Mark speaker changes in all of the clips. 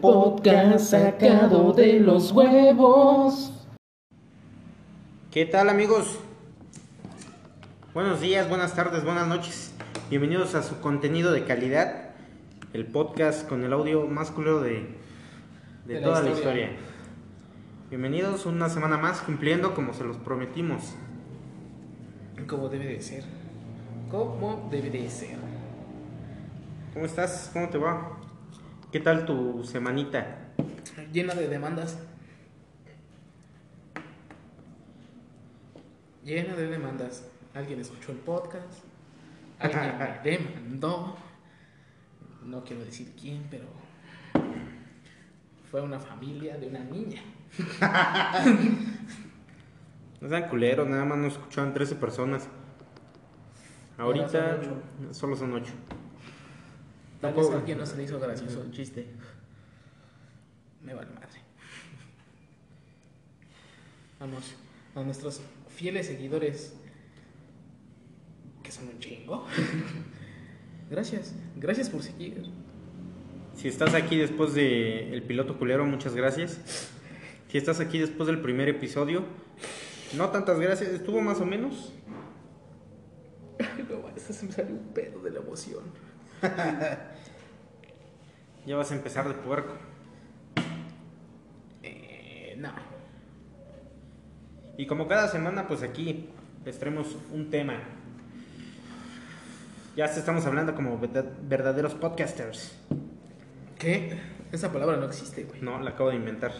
Speaker 1: podcast sacado de los huevos.
Speaker 2: ¿Qué tal amigos? Buenos días, buenas tardes, buenas noches. Bienvenidos a su contenido de calidad, el podcast con el audio más culero de, de
Speaker 3: De la
Speaker 2: toda la
Speaker 3: historia.
Speaker 2: historia. Bienvenidos una semana más cumpliendo como se los prometimos.
Speaker 3: Como debe de ser. Como debe de ser.
Speaker 2: ¿Cómo estás? ¿Cómo te va? ¿Qué tal tu semanita?
Speaker 3: Llena de demandas. Llena de demandas. Alguien escuchó el podcast. Alguien me demandó. No quiero decir quién, pero fue una familia de una niña.
Speaker 2: No sean culero, nada más nos escuchaban 13 personas.
Speaker 3: Ahora son
Speaker 2: Ahorita
Speaker 3: ocho.
Speaker 2: solo son 8.
Speaker 3: Tal vez
Speaker 2: Tampoco-
Speaker 3: a alguien no se le hizo gracioso el chiste. Me vale madre. Vamos, a nuestros fieles seguidores, que son un chingo. Gracias, gracias por seguir.
Speaker 2: Si estás aquí después de el piloto culero, muchas gracias. Si estás aquí después del primer episodio, no tantas gracias, estuvo más o menos.
Speaker 3: Ay, No, vayas, se me salió un pedo de la emoción.
Speaker 2: Ya vas a empezar de puerco.
Speaker 3: Eh, no,
Speaker 2: Y como cada semana, pues aquí les traemos un tema. Ya se estamos hablando como verdad- verdaderos podcasters.
Speaker 3: ¿qué? Esa palabra no existe, güey.
Speaker 2: No, la acabo de inventar.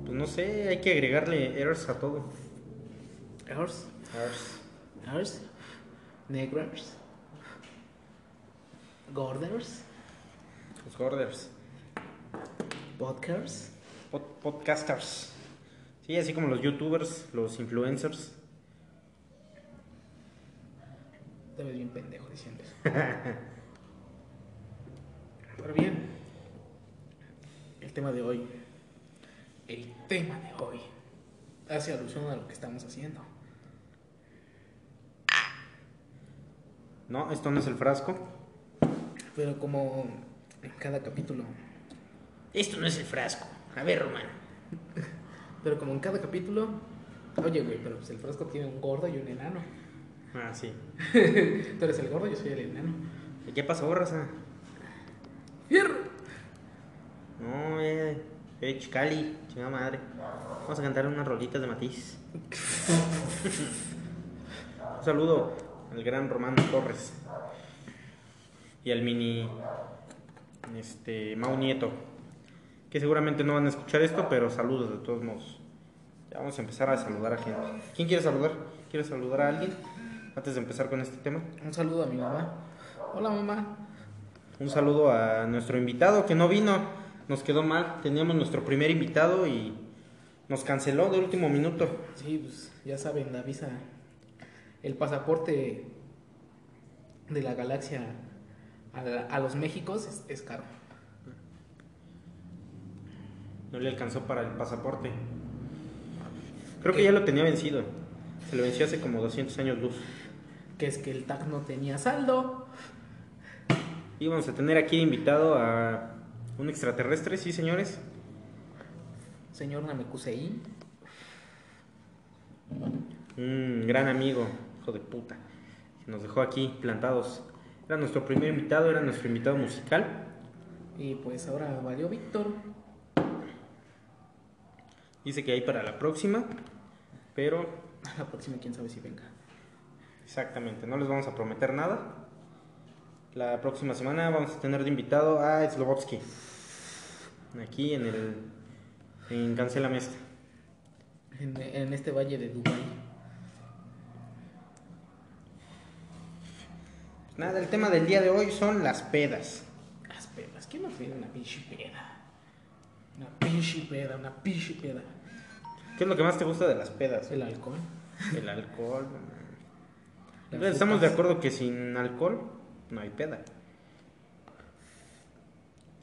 Speaker 2: Pues no sé, hay que agregarle errors a todo.
Speaker 3: Ars,
Speaker 2: Errors.
Speaker 3: ars, negras, gorders,
Speaker 2: Los gorders.
Speaker 3: podcasts.
Speaker 2: pod- podcasters. Sí, así como los youtubers, los influencers.
Speaker 3: Te ves bien pendejo diciendo eso. Pero bien, el tema de hoy, el tema de hoy, hace alusión a lo que estamos haciendo.
Speaker 2: No, esto no es el frasco.
Speaker 3: Pero como en cada capítulo,
Speaker 2: Esto no es el frasco. A ver, Román.
Speaker 3: pero como en cada capítulo, oye güey, pero pues el frasco tiene un gordo y un enano.
Speaker 2: Ah, sí.
Speaker 3: Tú eres el gordo, yo soy el enano.
Speaker 2: ¿Y ¿Qué pasó, raza?
Speaker 3: ¡Fierro!
Speaker 2: No, eh. Eh, Chicali, chingada madre. Vamos a cantar unas rolitas de matiz. Un saludo al gran Román Torres. Y al mini. Este. Mau Nieto. Que seguramente no van a escuchar esto, pero saludos de todos modos. Ya vamos a empezar a saludar a gente. ¿Quién quiere saludar? ¿Quieres saludar a alguien? Antes de empezar con este tema.
Speaker 3: Un saludo a mi mamá. Hola mamá.
Speaker 2: Un saludo a nuestro invitado que no vino, nos quedó mal, teníamos nuestro primer invitado y nos canceló de último minuto.
Speaker 3: Sí, pues ya saben, la visa, el pasaporte de la galaxia a, la- a los Méxicos es, es caro.
Speaker 2: No le alcanzó para el pasaporte. Creo que ya lo tenía vencido. Se lo venció hace como 200 años luz.
Speaker 3: Que es que el TAC no tenía saldo.
Speaker 2: Y vamos a tener aquí de invitado a un extraterrestre, sí señores.
Speaker 3: Señor Namekusei.
Speaker 2: Un gran amigo, hijo de puta, que nos dejó aquí plantados. Era nuestro primer invitado, era nuestro invitado musical.
Speaker 3: Y pues ahora valió Víctor.
Speaker 2: Dice que hay para la próxima, pero
Speaker 3: A la próxima, quién sabe si venga.
Speaker 2: Exactamente, no les vamos a prometer nada. La próxima semana vamos a tener de invitado a Slobovsky. Aquí en el. En Cancélame esta.
Speaker 3: En, en este valle de Dubái.
Speaker 2: Nada, el tema del día de hoy son las pedas.
Speaker 3: Las pedas. ¿Quién no tiene una pinche peda? Una pinche peda, una pinche peda.
Speaker 2: ¿Qué es lo que más te gusta de las pedas?
Speaker 3: El alcohol.
Speaker 2: El alcohol. no mames.
Speaker 3: las
Speaker 2: Entonces, Estamos de
Speaker 3: frutas.
Speaker 2: acuerdo que sin alcohol no hay peda.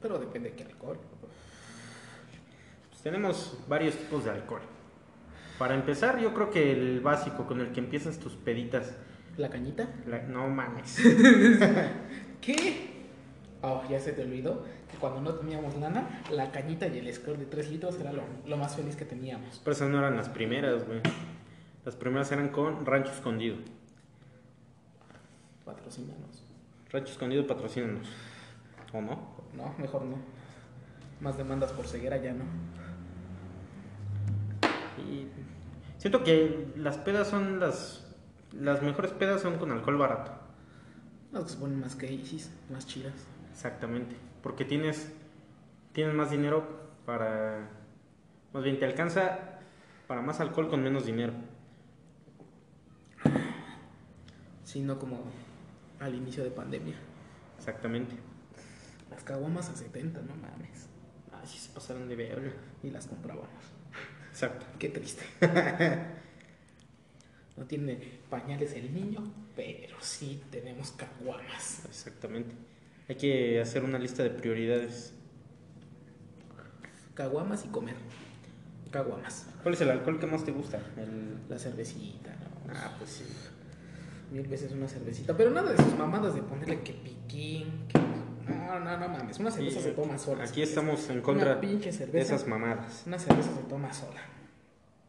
Speaker 3: Pero depende de qué alcohol.
Speaker 2: Pues tenemos varios tipos de alcohol. Para empezar, yo creo que el básico con el que empiezas tus peditas.
Speaker 3: La cañita.
Speaker 2: la- no mames.
Speaker 3: ¿Qué? Oh, ya se te olvidó que cuando no teníamos lana, la cañita y el score de 3 litros era lo, lo más feliz que teníamos.
Speaker 2: Pero esas no eran las primeras, güey. Las primeras eran con Rancho Escondido.
Speaker 3: Patrocínanos.
Speaker 2: Rancho Escondido patrocínanos. ¿O no?
Speaker 3: No, mejor no. Más demandas por ceguera ya no.
Speaker 2: Y siento que las pedas son las... Las mejores pedas son con alcohol barato.
Speaker 3: Las que se ponen más crisis, más chidas.
Speaker 2: Exactamente. Porque tienes, tienes más dinero para... Más bien, te alcanza para más alcohol con menos dinero.
Speaker 3: Sino como al inicio de pandemia.
Speaker 2: Exactamente.
Speaker 3: Las caguamas a 70, no mames.
Speaker 2: Ah, sí se pasaron de verga.
Speaker 3: Y las comprábamos.
Speaker 2: Exacto.
Speaker 3: Qué triste. No tiene pañales el niño, pero sí tenemos caguamas.
Speaker 2: Exactamente. Hay que hacer una lista de prioridades.
Speaker 3: Caguamas y comer. Caguamas.
Speaker 2: ¿Cuál es el alcohol que más te gusta? El...
Speaker 3: La cervecita, ¿no?
Speaker 2: Ah, pues sí.
Speaker 3: mil veces una cervecita. Pero nada de sus mamadas de ponerle que piquín, que... No, no, no mames. Una cerveza
Speaker 2: Y
Speaker 3: se toma sola.
Speaker 2: Aquí
Speaker 3: señores.
Speaker 2: estamos en contra
Speaker 3: Una pinche
Speaker 2: de
Speaker 3: cerveza.
Speaker 2: esas mamadas.
Speaker 3: Una cerveza se toma sola.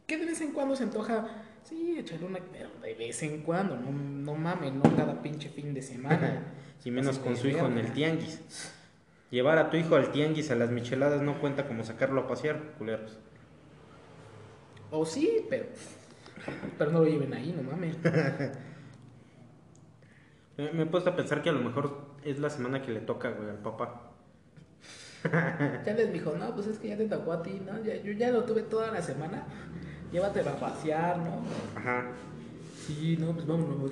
Speaker 3: Que de vez en cuando se antoja, sí, echarle una, pero de vez en cuando, no, no mames, no cada pinche fin de semana.
Speaker 2: Y menos
Speaker 3: Así
Speaker 2: con
Speaker 3: de
Speaker 2: su hijo en
Speaker 3: verga.
Speaker 2: el tianguis. Llevar a tu hijo al tianguis a las micheladas no cuenta como sacarlo a pasear, culeros.
Speaker 3: O sí, pero. Pero no lo lleven ahí, no mames.
Speaker 2: Me, me he puesto a pensar que a lo mejor es la semana que le toca, güey, al papá.
Speaker 3: Ya les dijo, no, pues es que ya te tocó a ti, ¿no? Ya, yo ya lo tuve toda la semana. Llévatelo a pasear, ¿no?
Speaker 2: Ajá.
Speaker 3: Sí, no, pues vámonos.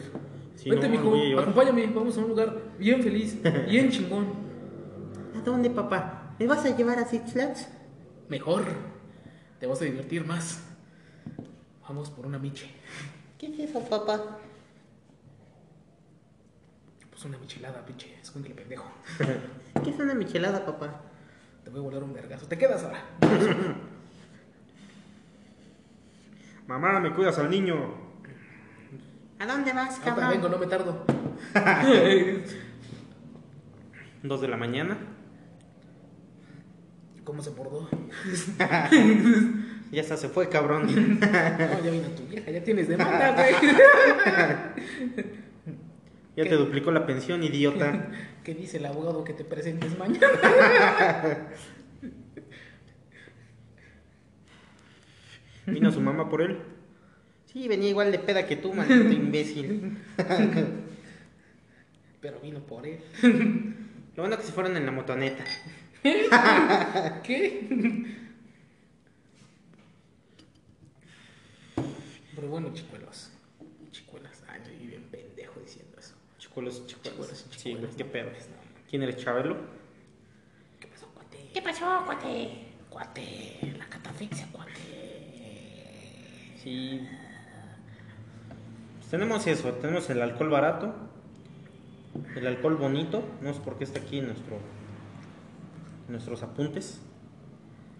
Speaker 2: Sí,
Speaker 3: Vente,
Speaker 2: no,
Speaker 3: mijo,
Speaker 2: voy a llevar.
Speaker 3: acompáñame, vamos a un lugar bien feliz, bien chingón.
Speaker 2: ¿A dónde, papá? ¿Me vas a llevar a Six Flags?
Speaker 3: Mejor. Te vas a divertir más. Vamos por una miche.
Speaker 1: ¿Qué es eso, papá?
Speaker 3: Pues una michelada, pinche. Es un pendejo.
Speaker 1: ¿Qué es una michelada, papá?
Speaker 3: Te voy a volar un vergazo. Te quedas ahora.
Speaker 2: Pues, Mamá, me cuidas al niño. Ah, pues
Speaker 1: ¿A dónde vas,
Speaker 3: Ahora vengo, no me tardo.
Speaker 2: Dos de la mañana.
Speaker 3: ¿Cómo se portó?
Speaker 2: Ya hasta se fue, cabrón.
Speaker 3: No, ya vino tu vieja, ya tienes demanda, güey.
Speaker 2: Ya te duplicó la pensión, idiota.
Speaker 3: ¿Qué dice el abogado que te presentes mañana?
Speaker 2: Vino su mamá por él.
Speaker 1: Sí, venía igual de peda que tú, maldito imbécil.
Speaker 3: Pero vino por él.
Speaker 2: Lo bueno que se fueron en la motoneta.
Speaker 3: ¿Qué? Pero bueno, chicuelos. Chicuelas. Ay, yo bien pendejo diciendo eso.
Speaker 2: Chicuelos, chicuelos.
Speaker 3: Chicuelos,
Speaker 2: Sí, güey,
Speaker 3: chicuelos,
Speaker 2: qué
Speaker 3: no
Speaker 2: este pedo.
Speaker 3: mames, no mames.
Speaker 2: ¿Quién eres, Chabelo?
Speaker 3: ¿Qué pasó, cuate?
Speaker 1: ¿Qué pasó, cuate?
Speaker 3: Cuate, la catafixia, cuate.
Speaker 2: Sí. Pues tenemos eso, tenemos el alcohol barato, el alcohol bonito, no sé por qué está aquí en nuestro, en nuestros apuntes.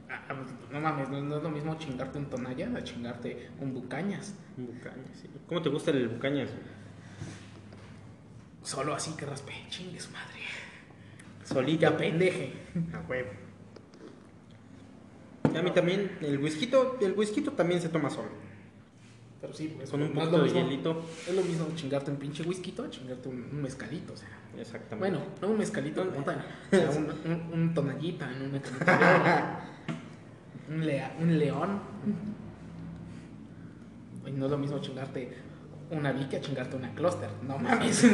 Speaker 3: Ah, ah, no mames, no, no es lo mismo chingarte un tonalla a chingarte un bucañas.
Speaker 2: Un bucañas, sí. ¿Cómo te gusta el bucañas?
Speaker 3: Solo así que raspe, chingue su madre.
Speaker 2: Solito.
Speaker 3: Ya pendeje.
Speaker 2: A huevo. Y A mí también, el whisky, el whisky también se toma solo.
Speaker 3: Pero sí, pues
Speaker 2: Con un
Speaker 3: no es
Speaker 2: poquito
Speaker 3: lo
Speaker 2: de
Speaker 3: mismo-
Speaker 2: hielito.
Speaker 3: Es lo mismo chingarte un pinche whisky a chingarte un, un mezcalito, o sea.
Speaker 2: Exactamente.
Speaker 3: Bueno, no un mezcalito
Speaker 2: No,
Speaker 3: como tal. O sea, un, un, un tonallita, ¿no? una canita de oro. un, lea- un león. Y no es lo mismo chingarte una vicky a chingarte una cluster. No mames.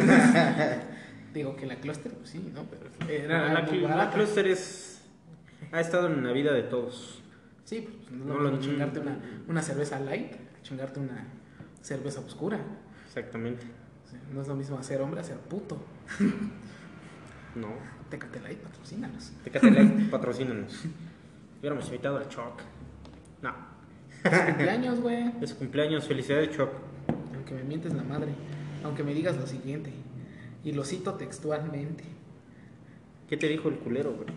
Speaker 3: Digo que la cluster, pues sí, ¿no? Pero era
Speaker 2: la, la-
Speaker 3: muy
Speaker 2: la
Speaker 3: barata.
Speaker 2: cluster es. Ha estado en la vida de todos.
Speaker 3: Sí, pues no es
Speaker 2: No
Speaker 3: lo
Speaker 2: lo-
Speaker 3: mismo chingarte una, una cerveza light a chingarte una cerveza oscura.
Speaker 2: Exactamente.
Speaker 3: O sea, no es lo mismo hacer hombre a ser puto.
Speaker 2: No.
Speaker 3: Tecate light, patrocínanos.
Speaker 2: Tecate Light, patrocínanos. Hubiéramos invitado al Choc. No.
Speaker 3: Cumpleaños, güey.
Speaker 2: Es su cumpleaños, felicidades, Choc.
Speaker 3: Aunque me mientes la madre, aunque me digas lo siguiente, y lo cito textualmente.
Speaker 2: ¿Qué te dijo el culero, güey?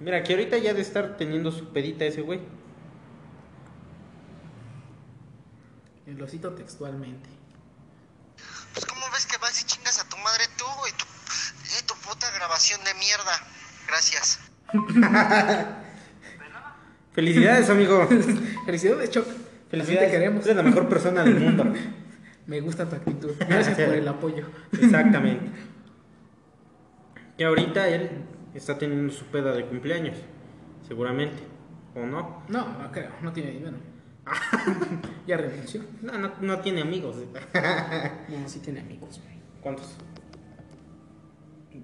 Speaker 2: Mira, que ahorita ya de estar teniendo su pedita ese güey.
Speaker 3: Y lo cito textualmente.
Speaker 4: Pues, ¿cómo ves que vas y chingas a tu madre tú y tu, y tu puta grabadora? grabación de mierda. Gracias.
Speaker 2: Felicidades, amigo.
Speaker 3: Felicidades, Choc. Felicidades.
Speaker 2: Felicidades.
Speaker 3: Te queremos.
Speaker 2: Eres la mejor persona del mundo.
Speaker 3: Me gusta tu actitud. Gracias por el apoyo.
Speaker 2: Exactamente. Y ahorita él está teniendo su peda de cumpleaños. Seguramente. ¿O no?
Speaker 3: No, no creo. No tiene dinero. ya renunció.
Speaker 2: No, no, no tiene amigos.
Speaker 3: No, sí tiene amigos, güey.
Speaker 2: ¿Cuántos?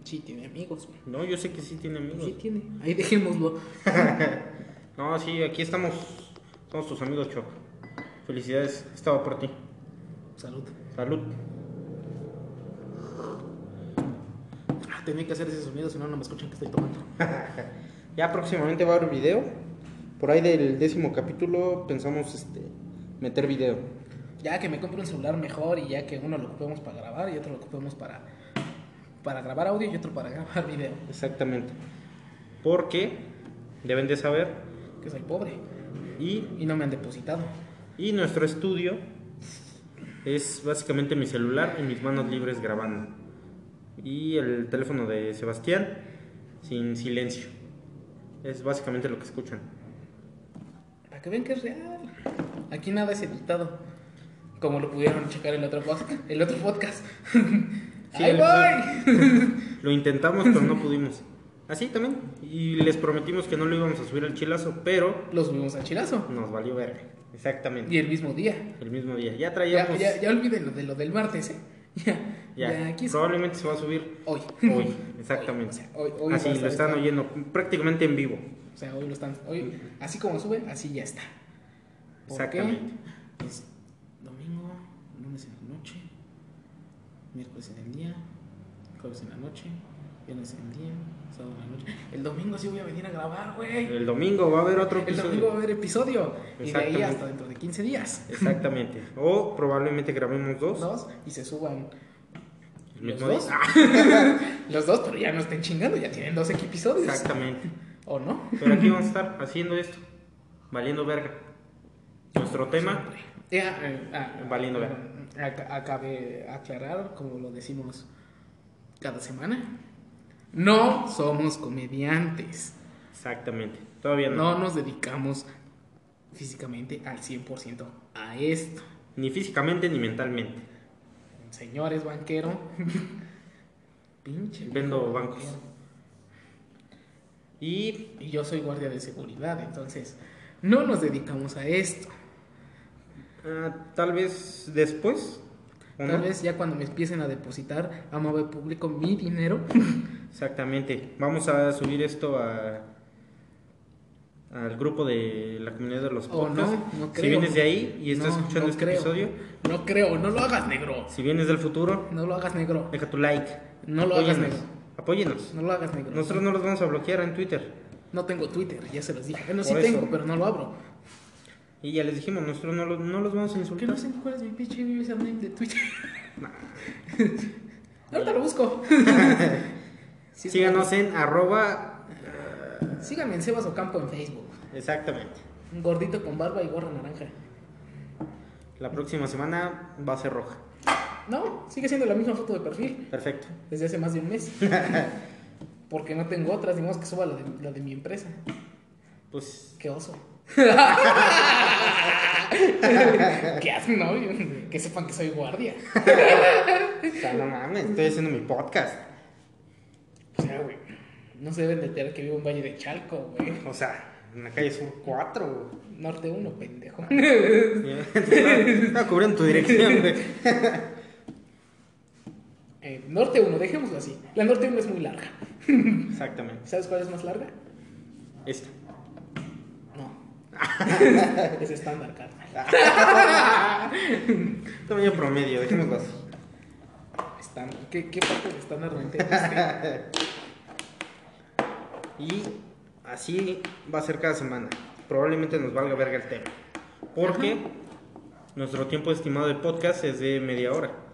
Speaker 3: Sí tiene amigos, güey.
Speaker 2: No, yo sé que sí tiene amigos.
Speaker 3: Sí tiene. Ahí dejémoslo.
Speaker 2: No, sí, aquí estamos. Somos tus amigos, Choc. Felicidades. Estaba por ti.
Speaker 3: Salud.
Speaker 2: Salud.
Speaker 3: Ah, tenía que hacer ese sonido, si no, no me escuchan que estoy tomando.
Speaker 2: Ya próximamente va a haber video. Por ahí del décimo capítulo pensamos este, meter video.
Speaker 3: Ya que me compre un celular mejor y ya que uno lo ocupemos para grabar y otro lo ocupemos para, para grabar audio y otro para grabar video.
Speaker 2: Exactamente. Porque deben de saber.
Speaker 3: Que soy pobre
Speaker 2: Y,
Speaker 3: y no me han depositado.
Speaker 2: y nuestro estudio es básicamente mi celular y mis manos libres grabando. Y el teléfono de Sebastián sin silencio. Es básicamente lo que escuchan.
Speaker 3: Para que vean que es real. Aquí nada es editado. Como lo pudieron checar el otro, pos- el otro podcast.
Speaker 2: Sí,
Speaker 3: ¡Ahí
Speaker 2: el-
Speaker 3: voy!
Speaker 2: Lo intentamos, pero no pudimos. Así también. Y les prometimos que no lo íbamos a subir al chilazo, pero
Speaker 3: Lo subimos al chilazo.
Speaker 2: nos valió ver. Exactamente.
Speaker 3: Y el mismo día.
Speaker 2: El mismo día. Ya
Speaker 3: Ya,
Speaker 2: traíamos.
Speaker 3: ya, ya olviden lo de lo del martes, ¿eh? Ya,
Speaker 2: ya.
Speaker 3: ya, aquí es
Speaker 2: Probablemente se va a subir
Speaker 3: hoy.
Speaker 2: hoy. Exactamente.
Speaker 3: Hoy, o sea, hoy- hoy va
Speaker 2: Así
Speaker 3: a
Speaker 2: lo
Speaker 3: estar
Speaker 2: están
Speaker 3: esta-
Speaker 2: oyendo prácticamente en vivo.
Speaker 3: O sea, hoy lo están. Hoy, así como sube, así ya está. ¿Por
Speaker 2: Exactamente.
Speaker 3: qué? Es domingo, lunes en la noche, miércoles en el día, jueves en la noche, viernes en el día, sábado en la noche. El domingo sí voy a venir a grabar, güey.
Speaker 2: El domingo va a haber otro
Speaker 3: El
Speaker 2: episodio.
Speaker 3: domingo va a haber episodio. Y de ahí
Speaker 2: Exactamente.
Speaker 3: hasta dentro de 15 días.
Speaker 2: Exactamente. O probablemente grabemos dos.
Speaker 3: Dos y se suban
Speaker 2: el
Speaker 3: los
Speaker 2: mismo
Speaker 3: dos.
Speaker 2: día.
Speaker 3: los dos, pero ya no estén chingando, ya tienen dos episodios.
Speaker 2: Exactamente.
Speaker 3: ¿O no?
Speaker 2: Pero aquí vamos a estar haciendo esto. Valiendo verga. Nuestro tema.
Speaker 3: Eh, ah, eh, ah,
Speaker 2: Valiendo
Speaker 3: ah,
Speaker 2: verga.
Speaker 3: ac- Acabe aclarar, como lo decimos cada semana, no somos comediantes.
Speaker 2: Exactamente. Todavía
Speaker 3: No nos dedicamos físicamente al 100% a esto.
Speaker 2: Ni físicamente ni mentalmente.
Speaker 3: Señores, banquero. Pinche.
Speaker 2: Vendo
Speaker 3: banquero.
Speaker 2: bancos. Y
Speaker 3: Y yo soy guardia de seguridad, entonces no nos dedicamos a esto.
Speaker 2: ah, tal vez después. ¿o
Speaker 3: Tal
Speaker 2: no?
Speaker 3: vez ya cuando me empiecen a depositar a Mave Público mi dinero,
Speaker 2: Exactamente. Vamos a subir esto a al grupo de la comunidad de los
Speaker 3: O no,
Speaker 2: podcasts.
Speaker 3: no
Speaker 2: Si
Speaker 3: creo.
Speaker 2: vienes de ahí y estás
Speaker 3: No,
Speaker 2: escuchando
Speaker 3: no
Speaker 2: este
Speaker 3: creo.
Speaker 2: episodio,
Speaker 3: no creo, no lo hagas negro.
Speaker 2: si vienes del futuro,
Speaker 3: No lo hagas negro.
Speaker 2: deja tu like.
Speaker 3: No lo hagas
Speaker 2: Apóyenos.
Speaker 3: negro.
Speaker 2: Apóyenos.
Speaker 3: No lo hagas negro.
Speaker 2: Nosotros no los vamos a bloquear en Twitter.
Speaker 3: No tengo Twitter, ya se los dije. Bueno, sí
Speaker 2: Por eso.
Speaker 3: tengo, pero no lo abro.
Speaker 2: Y ya les dijimos, nosotros no los, no los vamos a
Speaker 3: ¿Por qué
Speaker 2: insultar.
Speaker 3: no sé cuál es mi pinche username de Twitter? Ahorita lo busco. Sí, es
Speaker 2: Síganos en arroba.
Speaker 3: verdad. Síganme en Sebas Ocampo en Facebook.
Speaker 2: Exactamente.
Speaker 3: Un gordito con barba y gorra naranja.
Speaker 2: La próxima semana va a ser roja.
Speaker 3: No, sigue siendo la misma foto de perfil
Speaker 2: Perfecto.
Speaker 3: desde hace más de un mes. Porque no tengo otras, ni modo que suba la de, la de mi empresa.
Speaker 2: Pues
Speaker 3: Qué oso. ¿Qué hacen, no? Que sepan que soy guardia.
Speaker 2: o sea, no mames, estoy haciendo mi podcast.
Speaker 3: O sea, güey, no se deben de enterar que vivo en Valle de Chalco, güey.
Speaker 2: O sea, en la calle Sur 4. güey.
Speaker 3: Norte 1, pendejo.
Speaker 2: Estaba cubriendo tu dirección, güey.
Speaker 3: Eh, norte 1, dejémoslo así. La Norte 1 es muy larga.
Speaker 2: Exactamente.
Speaker 3: ¿Sabes cuál es más larga?
Speaker 2: Esta.
Speaker 3: No. es estándar, carnal.
Speaker 2: Tamaño promedio, dejémoslo así.
Speaker 3: Estándar. ¿Qué, qué parte de estándar no entendiste?
Speaker 2: Y así va a ser cada semana. Probablemente nos valga verga el tema. Porque nuestro tiempo estimado de podcast es de media hora.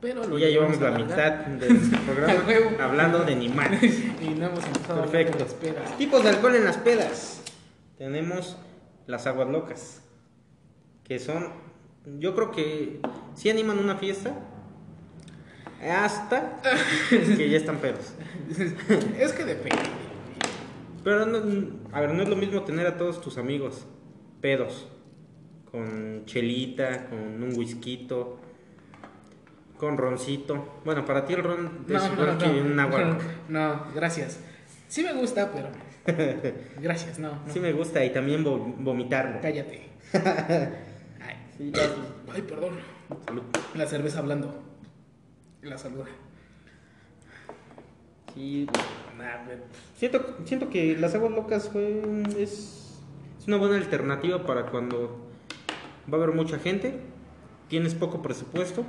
Speaker 3: Pero lo
Speaker 2: Y ya llevamos la
Speaker 3: llevamos a
Speaker 2: mitad del
Speaker 3: A huevo.
Speaker 2: programa hablando de animales.
Speaker 3: Y no hemos empezado a hablar de
Speaker 2: Perfecto.
Speaker 3: las pedas.
Speaker 2: Tipos de alcohol en las pedas. Tenemos las aguas locas, que son, yo creo que sí animan una fiesta, Hasta que ya están pedos.
Speaker 3: es que depende.
Speaker 2: Pero, no- a ver, no es lo mismo tener a todos tus amigos pedos. Con chelita, con un whisky, con roncito. Bueno, para ti el ron es
Speaker 3: No,
Speaker 2: igual
Speaker 3: no,
Speaker 2: que
Speaker 3: no,
Speaker 2: un agua.
Speaker 3: no, no, gracias. Sí me gusta, pero. Gracias, no. no.
Speaker 2: Sí me gusta y también vo- vomitarlo.
Speaker 3: Cállate. Ay,
Speaker 2: Sí, gracias.
Speaker 3: ay, perdón.
Speaker 2: Salud.
Speaker 3: La cerveza hablando. La saluda.
Speaker 2: Sí, nah, me- siento, siento que las aguas locas fue un- es, es una buena alternativa para cuando va a haber mucha gente, tienes poco presupuesto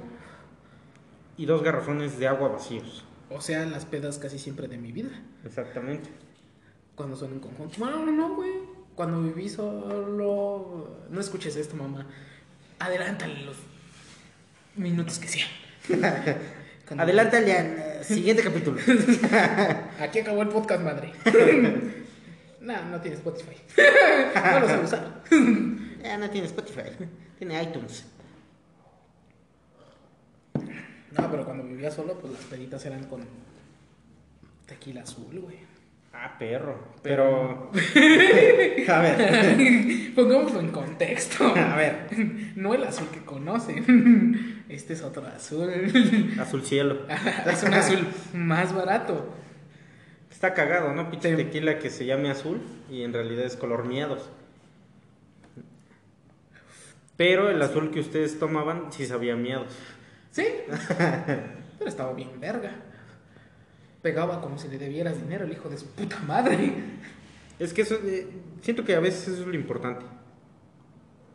Speaker 2: y dos garrafones de agua vacíos.
Speaker 3: O sea, las pedas casi siempre de mi vida.
Speaker 2: Exactamente.
Speaker 3: Cuando son en conjunto. Bueno, no, güey. Cuando viví solo. No escuches esto, mamá. Adelántale los minutos que sean. Cuando-
Speaker 2: Adelántale al eh, siguiente capítulo.
Speaker 3: Aquí acabó el podcast, madre. no, no tiene Spotify. no lo sé usar.
Speaker 2: Ya Ah, no tiene Spotify, tiene iTunes.
Speaker 3: No, pero cuando vivía solo, pues las peditas eran con tequila azul, güey.
Speaker 2: Ah, perro. Pero... a ver,
Speaker 3: Pongámoslo en contexto.
Speaker 2: a ver.
Speaker 3: No el azul que conocen. Este es otro azul.
Speaker 2: Azul cielo.
Speaker 3: es un azul más barato.
Speaker 2: Está cagado, ¿no? Pinche
Speaker 3: Sí.
Speaker 2: tequila que se llame azul y en realidad es color miados. Pero el azul que ustedes tomaban sí sabía miados.
Speaker 3: ¿Sí? Pero estaba bien verga. Pegaba como si le debieras dinero el hijo de su puta madre.
Speaker 2: Es que eso, eh, siento que a veces eso es lo importante.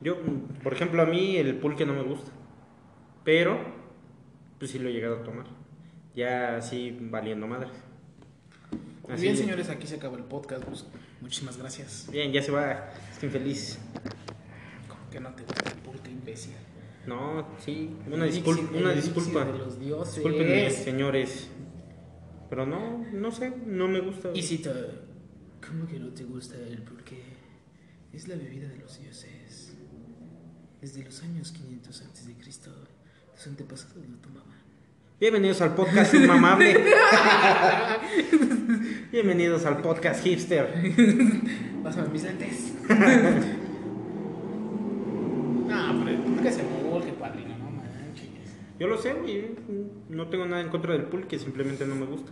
Speaker 2: Yo, mm, por ejemplo, a mí el pulque no me gusta. Pero, pues sí lo he llegado a tomar. Ya así valiendo madre.
Speaker 3: Muy bien, señores, aquí se acabó el podcast. pues, muchísimas gracias.
Speaker 2: Bien, ya se va. Estoy infeliz.
Speaker 3: Como que no te gusta el pulque, imbécil.
Speaker 2: No, sí. Una,
Speaker 3: El
Speaker 2: disculpa
Speaker 3: elixir-
Speaker 2: una
Speaker 3: el elixir
Speaker 2: disculpa.
Speaker 3: de los dioses.
Speaker 2: Disculpenme, señores. Pero no, no sé, no me gusta.
Speaker 3: Y si te... ¿Cómo que no te gusta el pulque? Es la bebida de los dioses. Desde los años 500 antes de Cristo, tus antepasados lo tomaban.
Speaker 2: Bienvenidos al podcast inmamable. Bienvenidos al podcast hipster.
Speaker 3: Pásame mis lentes. no, pero el pulque se mugol, que padrino, no manches.
Speaker 2: Yo lo sé, y no tengo nada en contra del pulque, simplemente no me gusta.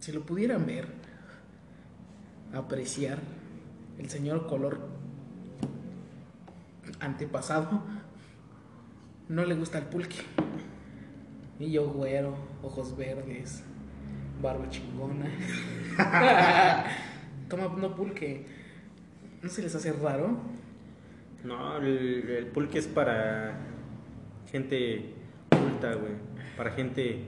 Speaker 3: Si lo pudieran ver, apreciar, el señor color antepasado no le gusta el pulque. Y yo güero, ojos verdes, barba chingona. Toma no pulque. ¿No se les hace raro?
Speaker 2: No, el, el pulque es para gente culta, güey. Para gente,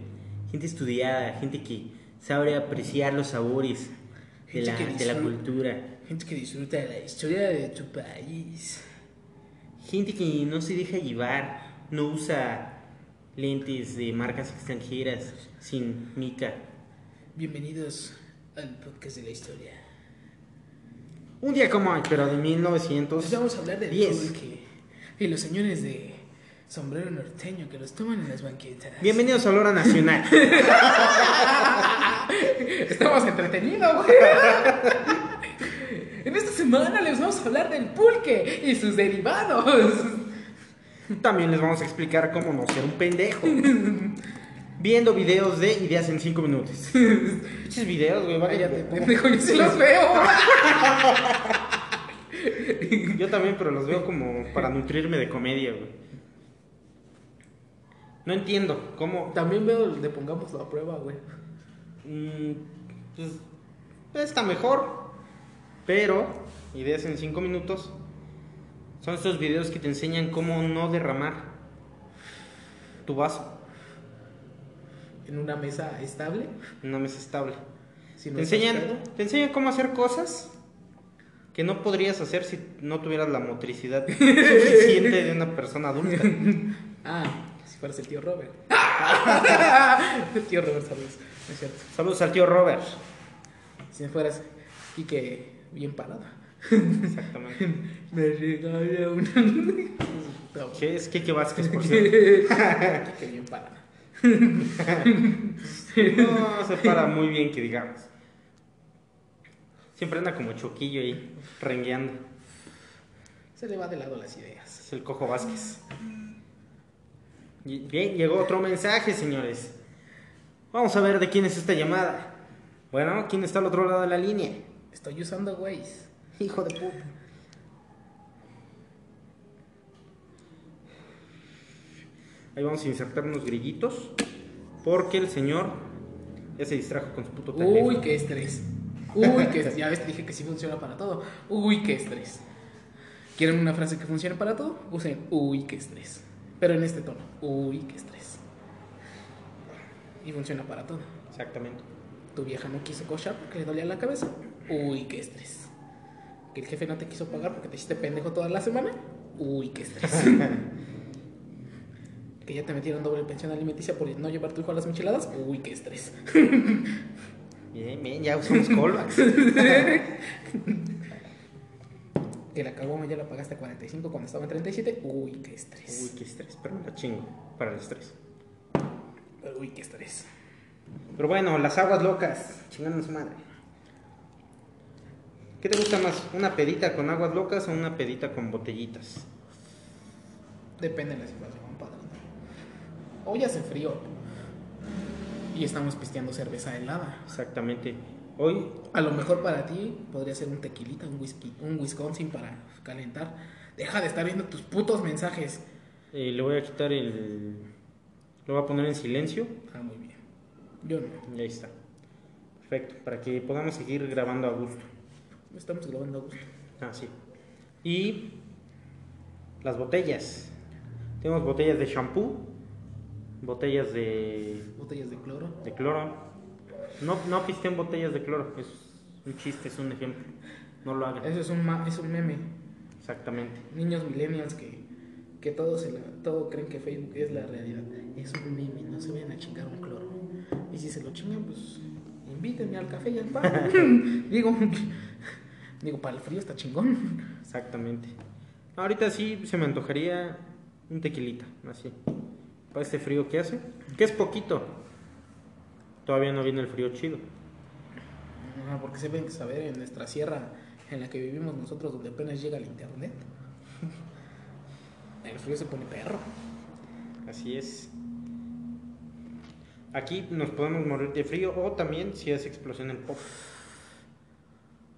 Speaker 2: gente estudiada, gente que sabe apreciar los sabores de
Speaker 3: Gente
Speaker 2: la-
Speaker 3: que
Speaker 2: de la
Speaker 3: disfruta.
Speaker 2: cultura.
Speaker 3: Gente que disfruta de la historia de tu país.
Speaker 2: Gente que no se deja llevar, no usa lentes de marcas extranjeras, sin mica.
Speaker 3: Bienvenidos al podcast de la historia.
Speaker 2: Un día como hoy, pero de
Speaker 3: Entonces
Speaker 2: 1900.
Speaker 3: vamos a hablar del
Speaker 2: Diez.
Speaker 3: pulque y los señores de sombrero norteño que los toman en las banquetas.
Speaker 2: Bienvenidos a la hora nacional.
Speaker 3: Estamos entretenidos, güey. En esta semana les vamos a hablar del pulque y sus derivados.
Speaker 2: También les vamos a explicar cómo no ser un pendejo. Viendo videos de ideas en 5 minutos. Pinches videos, güey, vale.
Speaker 3: Cállate,
Speaker 2: güey.
Speaker 3: pendejo, yo sí los veo.
Speaker 2: Yo también, pero los veo como para nutrirme de comedia, güey. No entiendo cómo.
Speaker 3: También veo el de pongámoslo a prueba, güey.
Speaker 2: Mm, pues está mejor. Pero, ideas en 5 minutos. Son estos videos que te enseñan cómo no derramar tu vaso
Speaker 3: En una mesa estable.
Speaker 2: en una mesa estable.
Speaker 3: si no
Speaker 2: Te
Speaker 3: estás
Speaker 2: enseñan,
Speaker 3: pedo.
Speaker 2: te enseñan cómo hacer cosas que no podrías hacer si no tuvieras la motricidad suficiente de una persona adulta.
Speaker 3: Ah, si fueras el tío Robert. el tío Robert, saludos. No es cierto.
Speaker 2: Saludos al tío Robert.
Speaker 3: Si fueras Quique bien parado.
Speaker 2: Exactamente.
Speaker 3: Me regala una. Pero, qué
Speaker 2: Che, es Kike Vázquez, por cierto.
Speaker 3: que bien para.
Speaker 2: No se para muy bien, que digamos. Siempre anda como choquillo ahí, rengueando.
Speaker 3: Se le va de lado las ideas.
Speaker 2: Es el Cojo Vázquez. Y- Bien, llegó otro mensaje, señores. Vamos a ver de quién es esta llamada. Bueno, ¿quién está al otro lado de la línea?
Speaker 3: Estoy usando Waze.
Speaker 2: Hijo de puta. Ahí vamos a insertar unos grillitos. Porque el señor ya se distrajo con su puto teléfono.
Speaker 3: Uy, qué estrés. Uy, qué estrés. Ya ves, te dije que sí funciona para todo. Uy, qué estrés. ¿Quieren una frase que funcione para todo? Usen uy, qué estrés. Pero en este tono. Uy, qué estrés. Y funciona para todo.
Speaker 2: Exactamente.
Speaker 3: Tu vieja no quiso cochar porque le dolía la cabeza. Uy, qué estrés. Que el jefe no te quiso pagar porque te hiciste pendejo toda la semana. Uy, qué estrés. que ya te metieron doble pensión alimenticia por no llevar tu hijo a las micheladas. Uy, qué estrés.
Speaker 2: Bien, bien, ya usamos callbacks.
Speaker 3: Que la caguama ya la pagaste a 45 cuando estaba en 37. Uy, qué
Speaker 2: Uy,
Speaker 3: estrés.
Speaker 2: qué estrés, pero me la chingo para el estrés.
Speaker 3: Uy, qué estrés.
Speaker 2: Pero bueno, las aguas locas, chingan a su madre. ¿Qué te gusta más? ¿Una pedita con aguas locas o una pedita con botellitas?
Speaker 3: Depende de la situación, compadre. Hoy hace frío. Y estamos pisteando cerveza helada.
Speaker 2: Exactamente. Hoy,
Speaker 3: A lo mejor para ti podría ser un tequilita, un whisky, un Wisconsin para calentar. Deja de estar viendo tus putos mensajes.
Speaker 2: eh, le voy a quitar el... Lo voy a poner en silencio.
Speaker 3: Ah, muy bien. Yo no.
Speaker 2: Y ahí está. Perfecto, para que podamos seguir grabando a gusto.
Speaker 3: Estamos grabando a gusto.
Speaker 2: Ah, sí. Y las botellas. Tenemos botellas de shampoo, botellas de
Speaker 3: Botellas de cloro.
Speaker 2: De cloro. No, no pisteen botellas de cloro. Es un chiste, es un ejemplo. No lo hagan.
Speaker 3: Eso es un, ma- es un meme.
Speaker 2: Exactamente.
Speaker 3: Niños millennials que, que todos se la- todo creen que Facebook es la realidad. Es un meme, no se vayan a chingar un cloro. Y si se lo chingan, pues invítenme al café y al pan. digo, digo, para el frío está chingón.
Speaker 2: Exactamente. Ahorita sí se me antojaría un tequilita, así. Para este frío que hace. Que es poquito. Todavía no viene el frío chido.
Speaker 3: Ah, porque se ven que saber en nuestra sierra en la que vivimos nosotros, donde apenas llega el internet. El frío se pone perro.
Speaker 2: Así es. Aquí nos podemos morir de frío o también si hace explosión en pop.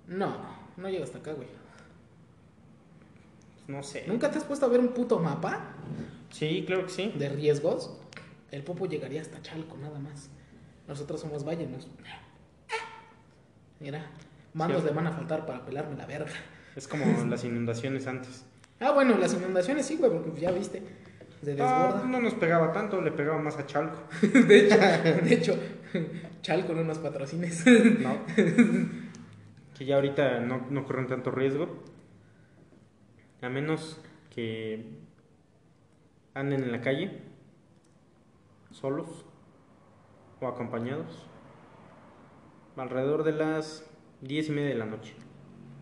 Speaker 3: No, no llega hasta acá, güey.
Speaker 2: No sé.
Speaker 3: ¿Nunca te has puesto a ver un puto mapa?
Speaker 2: Sí, claro que sí.
Speaker 3: de riesgos, el Popo llegaría hasta Chalco nada más. Nosotros somos vallenos. Mira, mandos
Speaker 2: Cierto.
Speaker 3: le van a faltar para pelarme la verga.
Speaker 2: Es como las inundaciones antes.
Speaker 3: Ah, bueno, las inundaciones sí, güey, porque ya viste. Se
Speaker 2: Ah,
Speaker 3: desborda.
Speaker 2: no nos pegaba tanto, le pegaba más a Chalco.
Speaker 3: De hecho, de hecho, Chalco no nos patrocines.
Speaker 2: No. que ya ahorita no, no corren tanto riesgo. A menos que anden en la calle, solos o acompañados, alrededor de las diez y media de la noche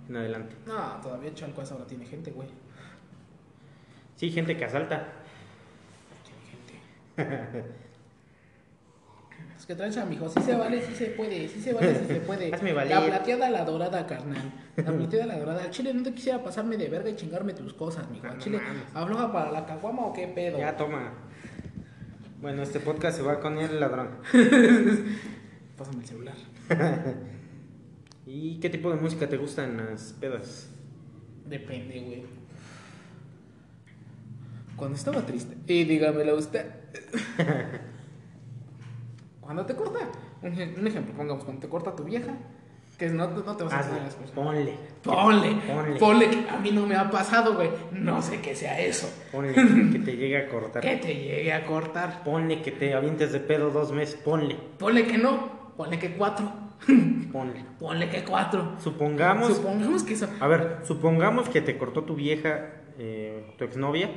Speaker 2: en adelante.
Speaker 3: No, todavía Chalco a esa hora tiene gente, güey.
Speaker 2: Sí, gente que asalta.
Speaker 3: Tiene gente. Es que trancha, mijo. Sí se vale, sí se puede, sí se vale, sí se puede.
Speaker 2: Hazme valer.
Speaker 3: La plateada, la dorada, carnal. La plateada, la dorada. Al Chile, no te quisiera pasarme de verga y chingarme tus cosas, mijo. Al
Speaker 2: Ah, no
Speaker 3: Chile,
Speaker 2: mames.
Speaker 3: ¿afloja para la caguama o qué pedo?
Speaker 2: Ya toma. Bueno, este podcast se va con el ladrón.
Speaker 3: Pásame el celular.
Speaker 2: ¿Y qué tipo de música te gusta en las pedas?
Speaker 3: Depende, güey. Cuando estaba triste. Y dígamelo usted. cuando te corta. Un, ej- un ejemplo, pongamos, cuando te corta tu vieja, que no, no
Speaker 2: Ah,
Speaker 3: te vas a hacer las
Speaker 2: Hazle,
Speaker 3: cosas.
Speaker 2: ponle,
Speaker 3: Ponle,
Speaker 2: Ponle.
Speaker 3: ponle, que a mí no me ha pasado, güey. No sé qué sea eso.
Speaker 2: ponle, que te llegue a cortar.
Speaker 3: Que te llegue a cortar.
Speaker 2: Ponle que te avientes de pedo dos meses, ponle,
Speaker 3: Ponle que no, ponle que cuatro.
Speaker 2: ponle.
Speaker 3: Ponle que cuatro.
Speaker 2: Supongamos,
Speaker 3: Supongamos que eso.
Speaker 2: a ver, supongamos que te cortó tu vieja, eh, tu exnovia.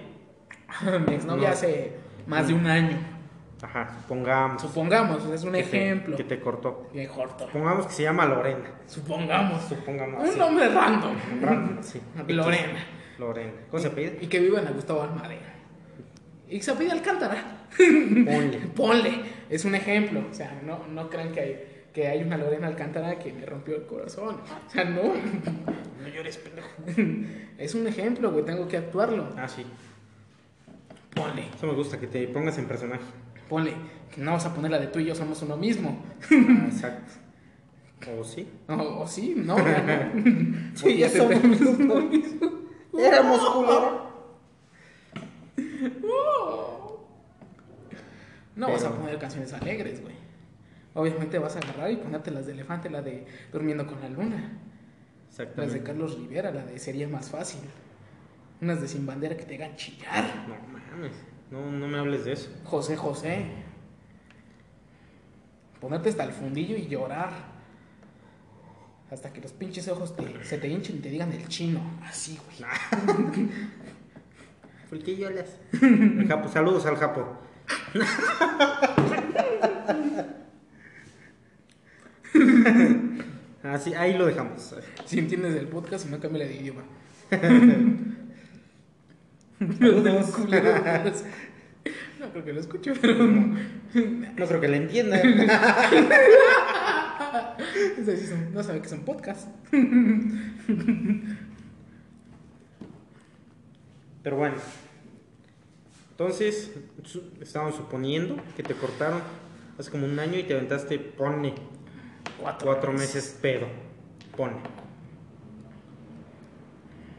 Speaker 3: Mi exnovia
Speaker 2: No.
Speaker 3: hace más de un año.
Speaker 2: Ajá, supongamos.
Speaker 3: Supongamos, es un
Speaker 2: que te-
Speaker 3: ejemplo.
Speaker 2: que te cortó.
Speaker 3: Me corto.
Speaker 2: Supongamos que se llama Lorena.
Speaker 3: Supongamos.
Speaker 2: Supongamos.
Speaker 3: Un
Speaker 2: así.
Speaker 3: nombre random.
Speaker 2: Random, sí.
Speaker 3: Lorena.
Speaker 2: Lorena. ¿Cómo se apellida?
Speaker 3: Y que vivan a Gustavo Almadera. Y se pide Alcántara.
Speaker 2: Ponle.
Speaker 3: Ponle. Es un ejemplo. O sea, no, no crean que hay, que hay una Lorena Alcántara que me rompió el corazón. O sea, no.
Speaker 2: No llores, pendejo.
Speaker 3: Es un ejemplo, güey. Tengo que actuarlo.
Speaker 2: Ah, sí.
Speaker 3: Ponle.
Speaker 2: Eso me gusta, que te pongas en personaje.
Speaker 3: Ponle. Que no vas a poner la de tú y yo somos uno mismo.
Speaker 2: Ah, exacto. ¿O sí?
Speaker 3: O, o sí, no, ya no. Sí, ya somos uno mismo.
Speaker 1: Éramos culero.
Speaker 3: No vas a
Speaker 2: Pero-
Speaker 3: poner canciones alegres, güey. Obviamente vas a agarrar y ponerte las de elefante, la de Durmiendo con la Luna, las de
Speaker 2: Exactamente.
Speaker 3: Carlos Rivera, la de Sería más fácil, unas de Sin Bandera que te hagan chillar,
Speaker 2: No mames. No, no me hables de eso.
Speaker 3: José José. Ponerte hasta el fundillo y llorar. Hasta que los pinches ojos te- se te hinchen y te digan el chino. Así, güey.
Speaker 1: ¿Por qué lloras?
Speaker 2: El Japo, saludos al Japo. Así, ahí lo dejamos.
Speaker 3: Si entiendes el podcast, si no cambia de idioma. Culero, malas. No creo que lo escuche, pero
Speaker 1: No creo que la entienda.
Speaker 3: Es decir, son- no sabe que son podcasts.
Speaker 2: Pero bueno. Entonces, su- estábamos suponiendo que te cortaron hace como un año y te aventaste, pone, cuatro meses pedo. Pone.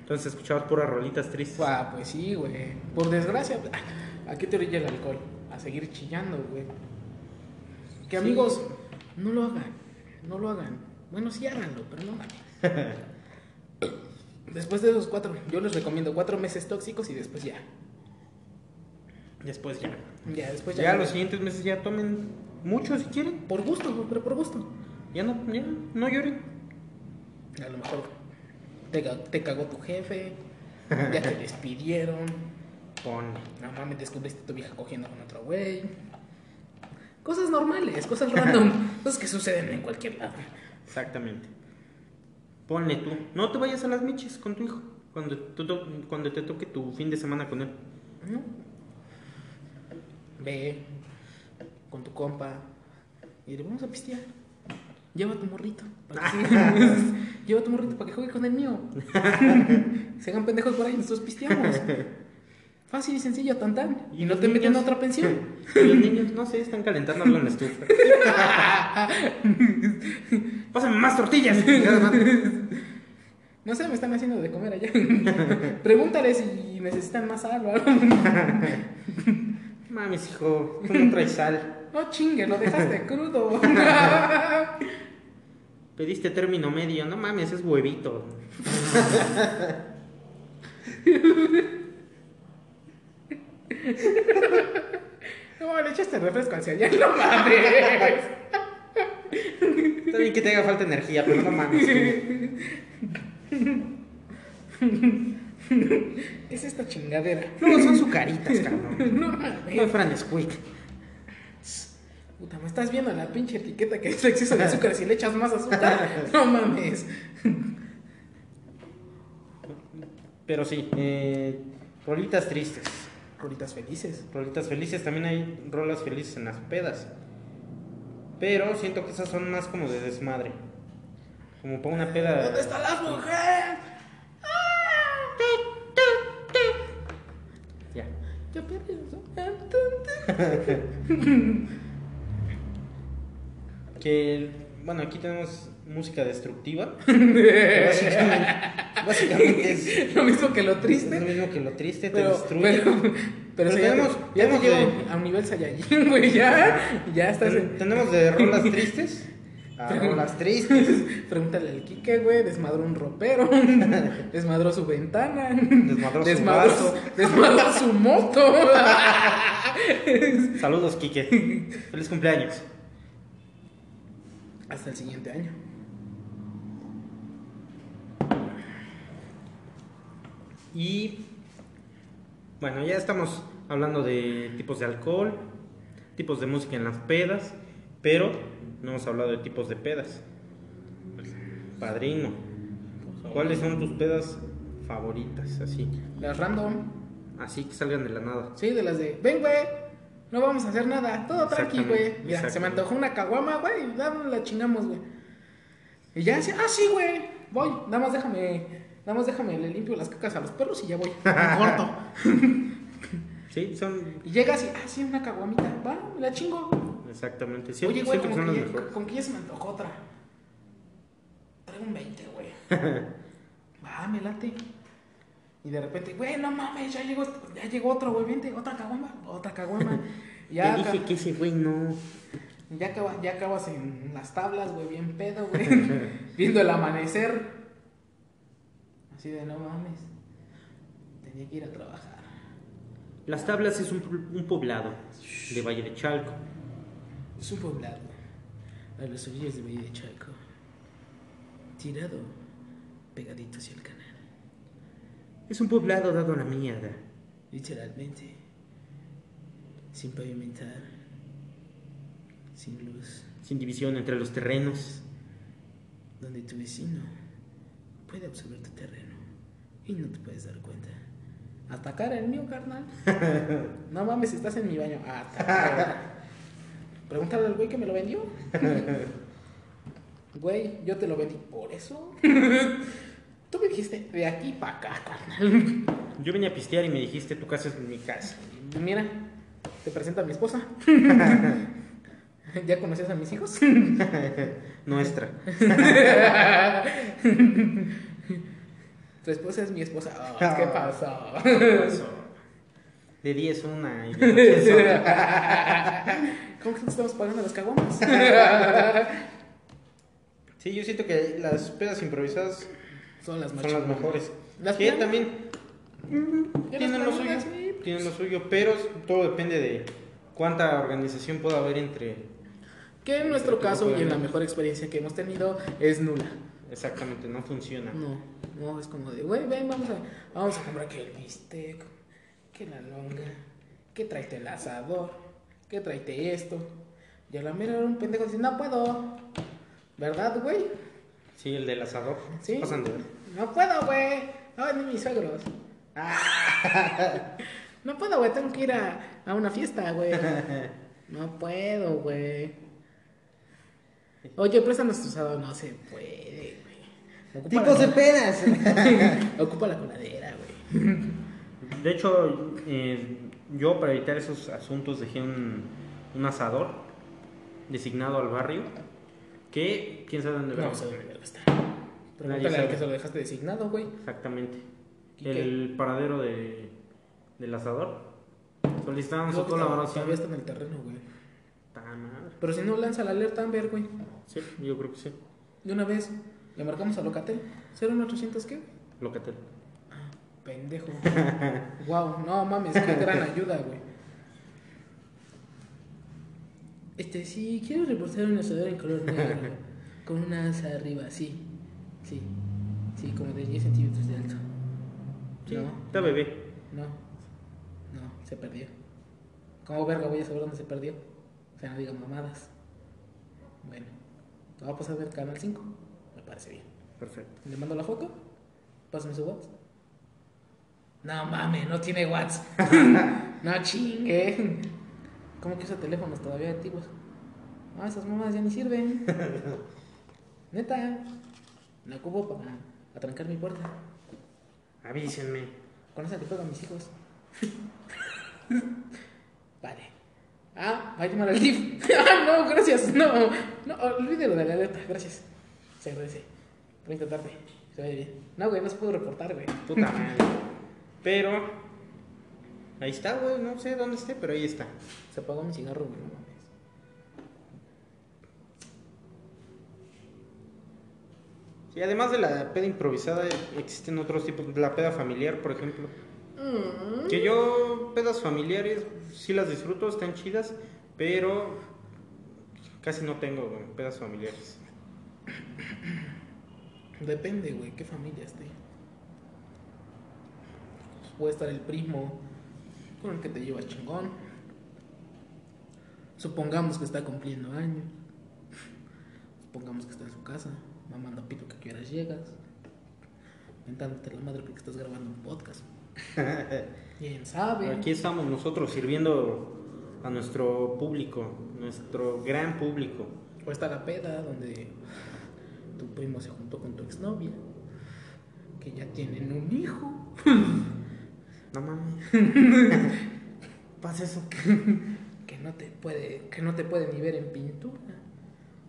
Speaker 2: Entonces escuchabas puras rolitas tristes.
Speaker 3: Ah, pues sí, güey. Por desgracia, ¿a qué te orilla el alcohol? A seguir chillando, güey. Que amigos, no lo hagan. No lo hagan. Bueno, sí háganlo, pero no mames. Después de esos cuatro, yo les recomiendo cuatro meses tóxicos y después ya.
Speaker 2: Después ya.
Speaker 3: Ya, después Pues ya.
Speaker 2: Ya los siguientes meses ya tomen mucho si quieren.
Speaker 3: Por gusto, güey, pero por gusto.
Speaker 2: Ya no, ya no lloren.
Speaker 3: A lo mejor te, ca- te cagó tu jefe, ya te despidieron,
Speaker 2: Pone.
Speaker 3: no mames, descubriste a tu vieja cogiendo con otro güey. Cosas normales, cosas random, cosas que suceden en cualquier lado.
Speaker 2: Exactamente. Ponle tú. No te vayas a las miches con tu hijo. Cuando, tú to- cuando te toque tu fin de semana con él.
Speaker 3: ¿no? Ve con tu compa y le vamos a pistear. Lleva a tu morrito. para que se- Lleva a tu morrito para que juegue con el mío. se hagan pendejos por ahí, nosotros pisteamos. Fácil y sencillo, tan tan. Y, no
Speaker 2: los
Speaker 3: te meten a
Speaker 2: niños?
Speaker 3: otra pensión.
Speaker 2: Y los niños, no sé, están calentando algo en la estufa. Pásame más tortillas.
Speaker 3: No sé, me están haciendo de comer allá. Pregúntale si necesitan más sal o algo.
Speaker 2: Mames, hijo. Tú no traes sal.
Speaker 3: No chingues, lo dejaste crudo.
Speaker 2: Pediste término medio. No mames, es huevito.
Speaker 3: No, le echaste refresco al cereal, no mames.
Speaker 2: Está bien que te haga falta energía, pero no mames.
Speaker 3: ¿Qué es esta chingadera?
Speaker 2: No, son sucaritas, cabrón.
Speaker 3: No
Speaker 2: No,
Speaker 3: mames.
Speaker 2: Fran Squeak.
Speaker 3: Puta, me estás viendo la pinche etiqueta que dice exceso de azúcar si le echas más azúcar. No mames.
Speaker 2: Pero sí, eh, rolitas tristes.
Speaker 3: Rolitas felices.
Speaker 2: Rolitas felices, también hay rolas felices en las pedas. Pero siento que esas son más como de desmadre. Como para una peda.
Speaker 3: ¿Dónde está la mujer? Ah.
Speaker 2: Ya.
Speaker 3: Yo pienso en tanto.
Speaker 2: Que, bueno, aquí tenemos música destructiva. que básicamente, básicamente es,
Speaker 3: Lo mismo que lo
Speaker 2: es lo
Speaker 3: triste.
Speaker 2: mismo que lo triste, te
Speaker 3: Pero,
Speaker 2: destruye.
Speaker 3: pero, pero,
Speaker 2: Pero
Speaker 3: eso ya,
Speaker 2: tenemos-
Speaker 3: te- ya
Speaker 2: tenemos
Speaker 3: te lleva
Speaker 2: de-
Speaker 3: a un nivel Saiyajin, güey, ya, ya estás
Speaker 2: Ten-
Speaker 3: en-
Speaker 2: Tenemos de rolas tristes a
Speaker 3: Pero-
Speaker 2: rolas tristes.
Speaker 3: Pregúntale al Kike, güey, desmadró un ropero, desmadró su ventana,
Speaker 2: Desmadró su
Speaker 3: desmadró,
Speaker 2: vaso.
Speaker 3: desmadró su moto.
Speaker 2: Saludos, Kike. Feliz cumpleaños.
Speaker 3: Hasta el siguiente año.
Speaker 2: Y bueno, ya estamos hablando de tipos de alcohol, tipos de música en las pedas, pero no hemos hablado de tipos de pedas. Padrino, ¿cuáles son tus pedas favoritas, así.
Speaker 3: Las random.
Speaker 2: Así que salgan de la nada.
Speaker 3: Sí, de las de, ven, güey, no vamos a hacer nada, todo tranqui,
Speaker 2: Exactamente,
Speaker 3: güey. Mira, se me
Speaker 2: exactamente.
Speaker 3: antojó una caguama, güey, ya nos la chingamos, güey. Y ya dice, ah, sí, güey, voy, nada más déjame, nada más déjame, le limpio las cacas a los perros y ya voy, me corto.
Speaker 2: Sí, son
Speaker 3: Y llega así, ah, sí, una caguamita, va, me la chingo.
Speaker 2: exactamente.
Speaker 3: Oye,
Speaker 2: Siempre,
Speaker 3: güey,
Speaker 2: siempre
Speaker 3: como,
Speaker 2: son las
Speaker 3: que ya-
Speaker 2: mejores.
Speaker 3: como que ya se me antojó otra. Traigo un 20, güey. Va, me late. Y de repente, güey, no mames, ya llegó, este- ya llegó otro, güey, vente, otra caguama, otra caguama. Ya,
Speaker 2: Te dije
Speaker 3: ca-
Speaker 2: que ese güey no.
Speaker 3: ya, acaba- ya acabas en las tablas, güey, bien pedo, güey. Viendo el amanecer. Así de, no mames. Tenía que ir a trabajar.
Speaker 2: Las Tablas es un, un poblado de Valle de Chalco.
Speaker 3: Es un poblado a las orillas de Bahía de Chalco, tirado pegadito hacia el canal.
Speaker 2: Es un poblado dado a la mierda.
Speaker 3: Literalmente, sin pavimentar, sin luz,
Speaker 2: Sin división entre los terrenos.
Speaker 3: donde tu vecino puede absorber tu terreno y no te puedes dar cuenta. Atacar el mío, carnal. no mames, estás en mi baño. Atacar. Pregúntale al güey que me lo vendió. güey, yo te lo vendí por eso. Tú me dijiste de aquí para acá, carnal.
Speaker 2: Yo vine a pistear y me dijiste tu casa es mi casa.
Speaker 3: Mira, te presento a mi esposa. ¿Ya conoces a mis hijos?
Speaker 2: Nuestra.
Speaker 3: tu esposa es mi esposa. Ah, ¿Qué pasó?
Speaker 2: De 10 una y de noche es otra.
Speaker 3: ¿Cómo que no estamos pagando las caguamas?
Speaker 2: Sí, yo siento que las pedas improvisadas
Speaker 3: Son las más
Speaker 2: son las
Speaker 3: chingonas.
Speaker 2: mejores.
Speaker 3: Las
Speaker 2: que
Speaker 3: pedas-
Speaker 2: también
Speaker 3: Ya las
Speaker 2: tienen lo suyo.
Speaker 3: planeadas, sí, pues.
Speaker 2: Tienen lo suyo, pero todo depende de cuánta organización pueda haber entre.
Speaker 3: Que en nuestro
Speaker 2: Pero
Speaker 3: caso
Speaker 2: tampoco
Speaker 3: y en la
Speaker 2: era-
Speaker 3: mejor experiencia que hemos tenido es nula.
Speaker 2: Exactamente, no funciona.
Speaker 3: No, no, es como de, güey, ven, vamos a, vamos a comprar que el bistec, que la longa, que tráete el asador, que tráete esto. Y a la mera era un pendejo dice, no puedo. ¿Verdad, güey?
Speaker 2: Sí, el del asador.
Speaker 3: Sí.
Speaker 2: Pasan de ver.
Speaker 3: No puedo, güey. No, ni mis suegros. No puedo, güey. Tengo que ir a, a una fiesta, güey. No puedo, güey. Oye, préstanos tu sábado. No se puede, güey. Ocupa,
Speaker 1: Tipos de
Speaker 3: la,
Speaker 1: pedas.
Speaker 3: ocupa la coladera, güey.
Speaker 2: De hecho, eh, yo para evitar esos asuntos dejé un, un asador designado al barrio que quién sabe dónde va.
Speaker 3: No sé dónde verga está. Pregúntale al
Speaker 2: sabe.
Speaker 3: que se lo dejaste designado, güey.
Speaker 2: Exactamente.
Speaker 3: ¿Y
Speaker 2: El paradero de, del asador. Solicitamos
Speaker 3: Creo
Speaker 2: a
Speaker 3: que
Speaker 2: toda la
Speaker 3: todavía-
Speaker 2: oración.
Speaker 3: Todavía está en el terreno, güey.
Speaker 2: Ta madre.
Speaker 3: Pero si no, lanza la alerta Amber, güey.
Speaker 2: Sí, yo creo que sí.
Speaker 3: De una vez, le marcamos a Locatel. ¿01800 qué?
Speaker 2: Locatel.
Speaker 3: Pendejo. wow, no mames, qué gran ayuda, güey. Este, sí, quiero reportar un asador en color negro. con una alza arriba, sí. Sí. Sí, como de 10 centímetros de alto.
Speaker 2: Sí,
Speaker 3: No,
Speaker 2: está bebé.
Speaker 3: no. No, se perdió. ¿Cómo verga voy a saber dónde se perdió? O sea, no digan mamadas. Bueno, lo va a pasar del canal 5. Me parece bien.
Speaker 2: Perfecto.
Speaker 3: ¿Le mando la foto? Pásame su WhatsApp. No mames, no tiene WhatsApp. no chingue. ¿Cómo que usa teléfonos todavía activos? Ah, esas mamás ya ni sirven. Neta, la ocupo para atrancar mi puerta.
Speaker 2: Avísenme.
Speaker 3: Con esa le pego a mis hijos. vale. Ah, va a llamar al DIF. ah, no, gracias. No, no, olvídelo de la alerta. Gracias. Se agradece. Bonita tarde. Se vaya bien. No, güey, no se pudo reportar, güey.
Speaker 2: Puta madre. Pero. Ahí está, güey. No sé dónde esté, pero ahí está.
Speaker 3: Se apagó mi cigarro, güey, no mames.
Speaker 2: Sí, además de la peda improvisada, existen otros tipos. La peda familiar, por ejemplo.
Speaker 3: Mm.
Speaker 2: Que yo, pedas familiares, sí las disfruto, están chidas, pero casi no tengo güey, pedas familiares.
Speaker 3: Depende, güey, qué familia esté. Puede estar el primo con el que te llevas chingón. Supongamos que está cumpliendo años. Supongamos que está en su casa, mamando pito que quieras llegas. mentándote la madre porque estás grabando un podcast. ¿Quién sabe?
Speaker 2: Pero aquí estamos nosotros sirviendo a nuestro público, nuestro gran público.
Speaker 3: O está la peda donde tu primo se juntó con tu exnovia, que ya tienen un hijo.
Speaker 2: No mames. Pasa eso.
Speaker 3: que no te puede que no te puede ni ver en pintura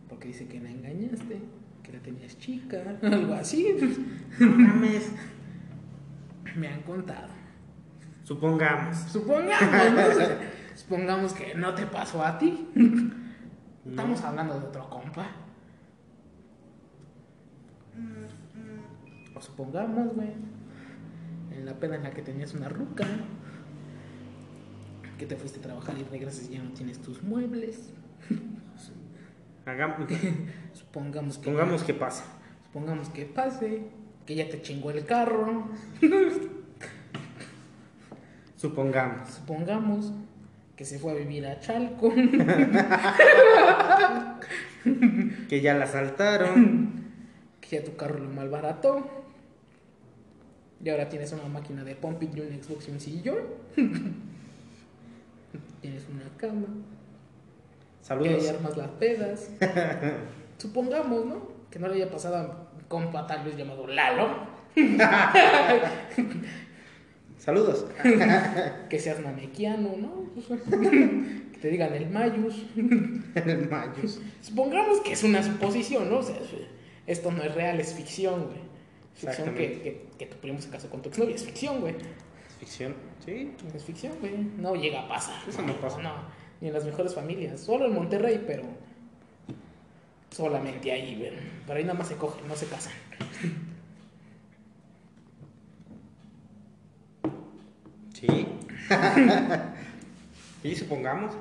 Speaker 3: porque dice que la engañaste que la tenías chica algo así pues,
Speaker 2: No mames.
Speaker 3: me han contado
Speaker 2: Supongamos.
Speaker 3: supongamos ¿no? supongamos que no te pasó a ti estamos hablando de otro compa o supongamos güey en la pena en la que tenías una ruca que te fuiste a trabajar y regresas y ya no tienes tus muebles
Speaker 2: Hagamos,
Speaker 3: supongamos que
Speaker 2: supongamos que pasa.
Speaker 3: Supongamos que pase, que ya te chingó el carro.
Speaker 2: Supongamos.
Speaker 3: Supongamos que se fue a vivir a Chalco.
Speaker 2: Que ya la asaltaron.
Speaker 3: que ya tu carro lo malbarató. Y ahora tienes una máquina de pumping y un Xbox y un sillón. tienes una cama. Que ahí
Speaker 2: Saludos.
Speaker 3: armas las pedas. Supongamos, ¿no? Que no le haya pasado a un compa tal vez llamado Lalo.
Speaker 2: Saludos.
Speaker 3: Que seas mamequiano, ¿no? que te digan el Mayus.
Speaker 2: El Mayus.
Speaker 3: pues, Supongamos que es una suposición, ¿no? O sea, es- esto no es real, es ficción, güey. Ficción que,
Speaker 2: Exactamente.
Speaker 3: que, que tu primo se casó con tu exnovia, es ficción, güey.
Speaker 2: Ficción. Sí.
Speaker 3: Es ficción, güey. No llega a pasar.
Speaker 2: Eso no pasa.
Speaker 3: No, ni en las mejores familias. Solo en Monterrey, pero solamente ahí, güey. Pero ahí nada más se cogen, no se casan.
Speaker 2: Sí. Sí, supongamos.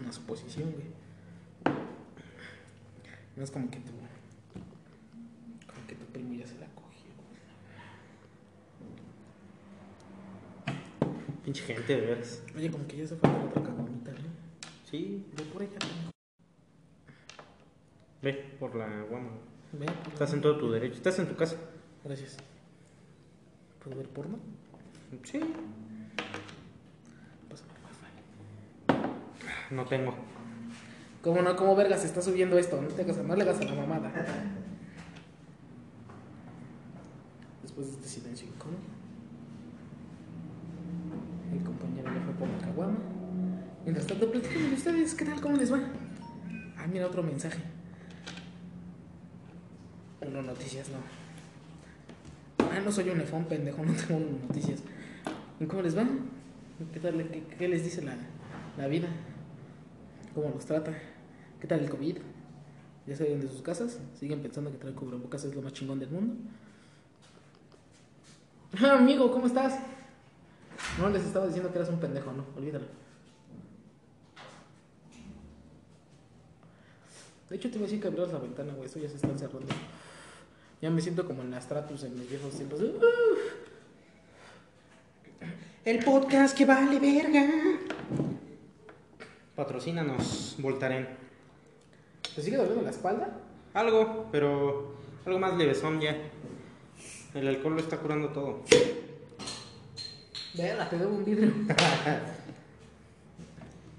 Speaker 3: Una suposición, güey. No es como que tu. Como que tu primo ya se la cogió.
Speaker 2: Pinche gente, de veras.
Speaker 3: Oye, como que ya se fue con otra caguamita, ¿no?
Speaker 2: Sí.
Speaker 3: Ve por ella, pendejo.
Speaker 2: Ve por la guama.
Speaker 3: Ve por
Speaker 2: Estás en todo tu derecho. Estás en tu casa.
Speaker 3: Gracias. ¿Puedo ver porno?
Speaker 2: Sí.
Speaker 3: Pásame el wifi.
Speaker 2: No tengo.
Speaker 3: ¿Cómo no? ¿Cómo vergas está subiendo esto? No, te hagas, no le hagas a la mamada. Después de este silencio incómodo, el compañero ya fue por la caguama. Mientras tanto, platíquenme ustedes, ¿qué tal? ¿Cómo les va? Ah, mira otro mensaje. Uno noticias, no. Ah, no soy un nefón, pendejo, no tengo Uno noticias. ¿Y cómo les va? ¿Qué tal? ¿Qué, qué les dice la, la vida? ¿Cómo los trata? ¿Qué tal el COVID? ¿Ya salieron de sus casas? ¿Siguen pensando que traer cubrebocas es lo más chingón del mundo? Ah, amigo, ¿cómo estás? No les estaba diciendo que eras un pendejo, no, olvídalo. De hecho, te voy a decir que abrieras la ventana, güey, eso ya se están cerrando. Ya me siento como en las tratus en mis viejos tiempos.
Speaker 1: El podcast que vale verga.
Speaker 2: Patrocínanos, Voltaren.
Speaker 3: ¿Te sigue doliendo la espalda?
Speaker 2: Algo, pero algo más levesón ya. El alcohol lo está curando todo.
Speaker 3: Verga, te debo un vidrio.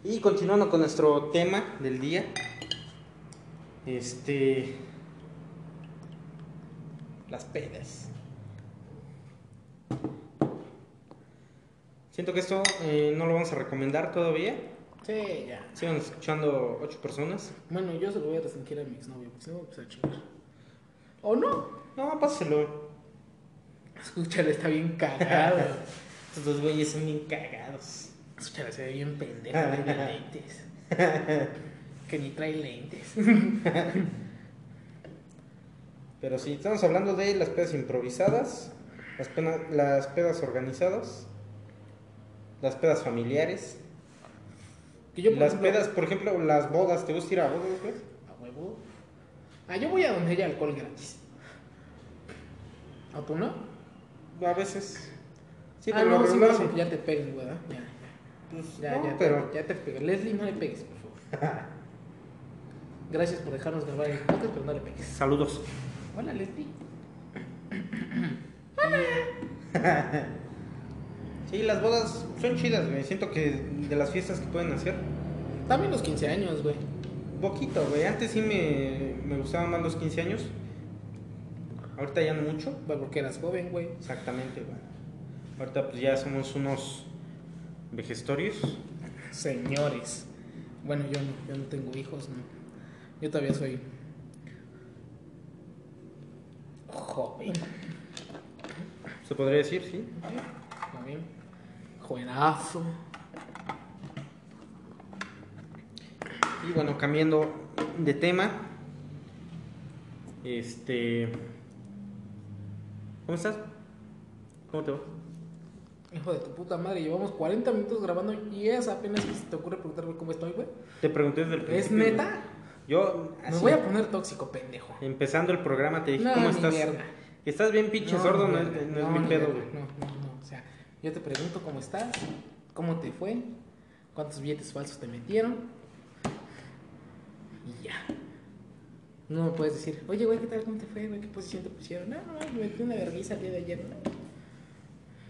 Speaker 2: Y continuando con nuestro tema del día. Este. Las pedas. Siento que esto eh, no lo vamos a recomendar todavía.
Speaker 3: Sí, ya.
Speaker 2: Sigan escuchando ocho personas.
Speaker 3: Bueno, yo se lo voy a resentir a mi exnovio, porque se va a empezar a chingar. ¿O no?
Speaker 2: No, páselo.
Speaker 3: Escúchale, está bien cagado.
Speaker 2: Estos dos güeyes son bien cagados.
Speaker 3: Escúchale, se ve bien pendejo, güey, de lentes. que ni trae lentes.
Speaker 2: Pero sí, estamos hablando de las pedas improvisadas, las, pena- las pedas organizadas, las pedas familiares,
Speaker 3: Que yo, por
Speaker 2: las
Speaker 3: ejemplo,
Speaker 2: pedas, por ejemplo, las bodas. ¿Te gusta ir a bodas, güey?
Speaker 3: A huevo. Ah, yo voy a donde haya alcohol gratis. ¿A tú no?
Speaker 2: A veces. Sí,
Speaker 3: ah,
Speaker 2: por lo
Speaker 3: no, sí,
Speaker 2: regular,
Speaker 3: no,
Speaker 2: sí.
Speaker 3: porque ya te peguen, güey. ¿verdad? Ya,
Speaker 2: Pues,
Speaker 3: ya,
Speaker 2: no,
Speaker 3: ya,
Speaker 2: pero
Speaker 3: te, ya te pegué. Leslie, no le pegues, por favor. Gracias por dejarnos grabar el podcast, pero no le pegues.
Speaker 2: saludos.
Speaker 3: Hola, Leslie.
Speaker 2: Sí, las bodas son chidas, güey. Siento que de las fiestas que pueden hacer,
Speaker 3: También los 15 años, güey.
Speaker 2: poquito, güey. Antes sí me, me gustaban más los 15 años. Ahorita ya no mucho.
Speaker 3: Bueno, porque eras joven, güey.
Speaker 2: Exactamente, güey. Ahorita pues ya somos unos vejestorios.
Speaker 3: Señores. Bueno, yo no, yo no tengo hijos, no. Yo todavía soy joven.
Speaker 2: Se podría decir, sí.
Speaker 3: Joven. Jovenazo.
Speaker 2: Y bueno, cambiando de tema. Este. ¿Cómo estás? ¿Cómo te va?
Speaker 3: Hijo de tu puta madre, llevamos 40 minutos grabando y es apenas que se te ocurre preguntarme cómo estoy, güey.
Speaker 2: Te pregunté desde el
Speaker 3: ¿Es
Speaker 2: principio. güey.
Speaker 3: neta?
Speaker 2: Yo,
Speaker 3: Me
Speaker 2: así,
Speaker 3: voy a poner tóxico, pendejo.
Speaker 2: empezando el programa, te dije,
Speaker 3: No,
Speaker 2: ¿cómo
Speaker 3: ni
Speaker 2: estás?
Speaker 3: mierda.
Speaker 2: Estás bien pinche
Speaker 3: No,
Speaker 2: sordo,
Speaker 3: ni
Speaker 2: no, es-
Speaker 3: verga.
Speaker 2: no es
Speaker 3: No,
Speaker 2: mi
Speaker 3: ni
Speaker 2: pedo,
Speaker 3: verga.
Speaker 2: güey.
Speaker 3: No, no, no. O sea, yo te pregunto cómo estás, cómo te fue, cuántos billetes falsos te metieron. Y ya. No me puedes decir, oye, güey, ¿qué tal? ¿Cómo te fue, güey? ¿Qué posición te pusieron? No, no, me metí una vergüenza el día de ayer. No,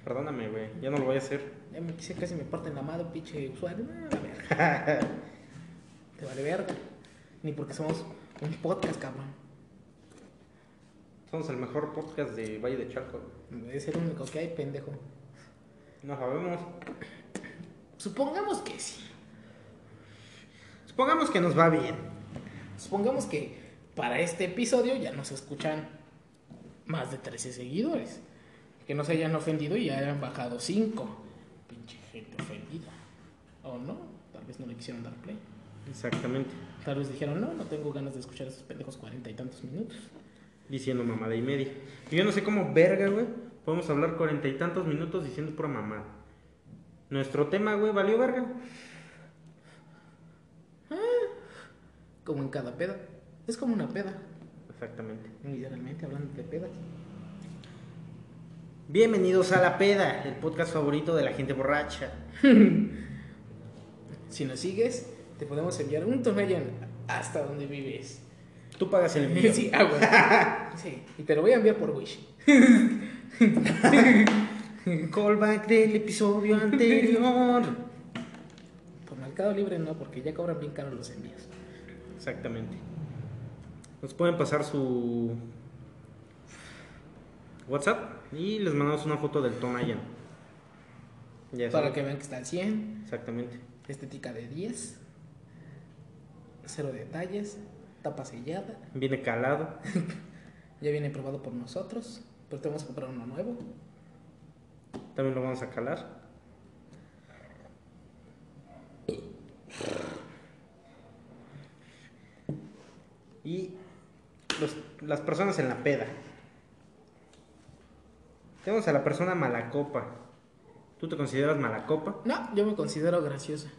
Speaker 2: Perdóname, güey, ya no lo voy a hacer.
Speaker 3: Ya me quise casi me parten la madre, pinche usuario. No, la verga. te vale verga. Ni porque somos un podcast, cabrón.
Speaker 2: Somos el mejor podcast de Valle de Charco.
Speaker 3: Es el único que hay, pendejo.
Speaker 2: No sabemos.
Speaker 3: Supongamos que sí.
Speaker 2: Supongamos que nos va bien.
Speaker 3: Supongamos que para este episodio ya nos escuchan más de 13 seguidores. Que no se hayan ofendido y ya hayan bajado 5. Pinche gente ofendida. O no, tal vez no le quisieron dar play.
Speaker 2: Exactamente.
Speaker 3: Tal vez dijeron, no, no tengo ganas de escuchar a esos pendejos cuarenta y tantos minutos.
Speaker 2: Diciendo mamada y media. Y yo no sé cómo verga, güey. Podemos hablar cuarenta y tantos minutos diciendo pura mamada. Nuestro tema, güey, valió verga.
Speaker 3: Como en cada peda. Es como una peda.
Speaker 2: Exactamente.
Speaker 3: Literalmente hablando de pedas.
Speaker 2: Bienvenidos a La Peda, el podcast favorito de la gente borracha.
Speaker 3: Si nos sigues, te podemos enviar un tonallón hasta donde vives.
Speaker 2: Tú pagas el envío.
Speaker 3: Sí, ah, bueno. Sí, y te lo voy a enviar por Wish.
Speaker 2: Callback del episodio anterior.
Speaker 3: Por Mercado Libre no, porque ya cobran bien caro los envíos.
Speaker 2: Exactamente. Nos pueden pasar su WhatsApp y les mandamos una foto del Tonayan. Ya
Speaker 3: Para
Speaker 2: saben.
Speaker 3: que vean que están 100,
Speaker 2: Exactamente.
Speaker 3: estética de 10, cero detalles, tapa sellada,
Speaker 2: Viene calado.
Speaker 3: ya viene probado por nosotros, pero te vamos a comprar uno nuevo.
Speaker 2: También lo vamos a calar. Y los- las personas en la peda. Tenemos a la persona malacopa. ¿Tú te consideras malacopa?
Speaker 3: No, yo me considero graciosa.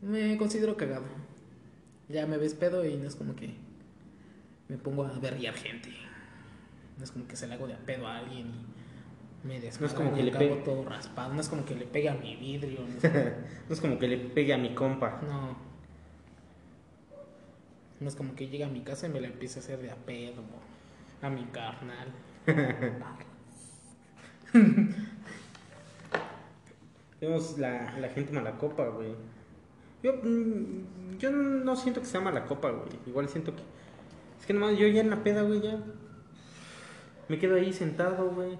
Speaker 3: Me considero cagado. Ya me ves pedo y no es como que me pongo a berrear gente. No es como que se le hago de a pedo a alguien y me desmadro
Speaker 2: como
Speaker 3: y
Speaker 2: que le
Speaker 3: acabo
Speaker 2: pegue.
Speaker 3: todo raspado. No es como que le pegue a mi vidrio. No es
Speaker 2: No es como que le pegue a mi compa.
Speaker 3: No. No es como que llega a mi casa y me la empieza a hacer de a pedo. A mi carnal.
Speaker 2: Tenemos la, la gente malacopa, güey. Yo, mm, yo no siento que sea malacopa, güey. Igual siento que. Es que nomás yo ya en la peda, güey, ya. Me quedo ahí sentado, güey.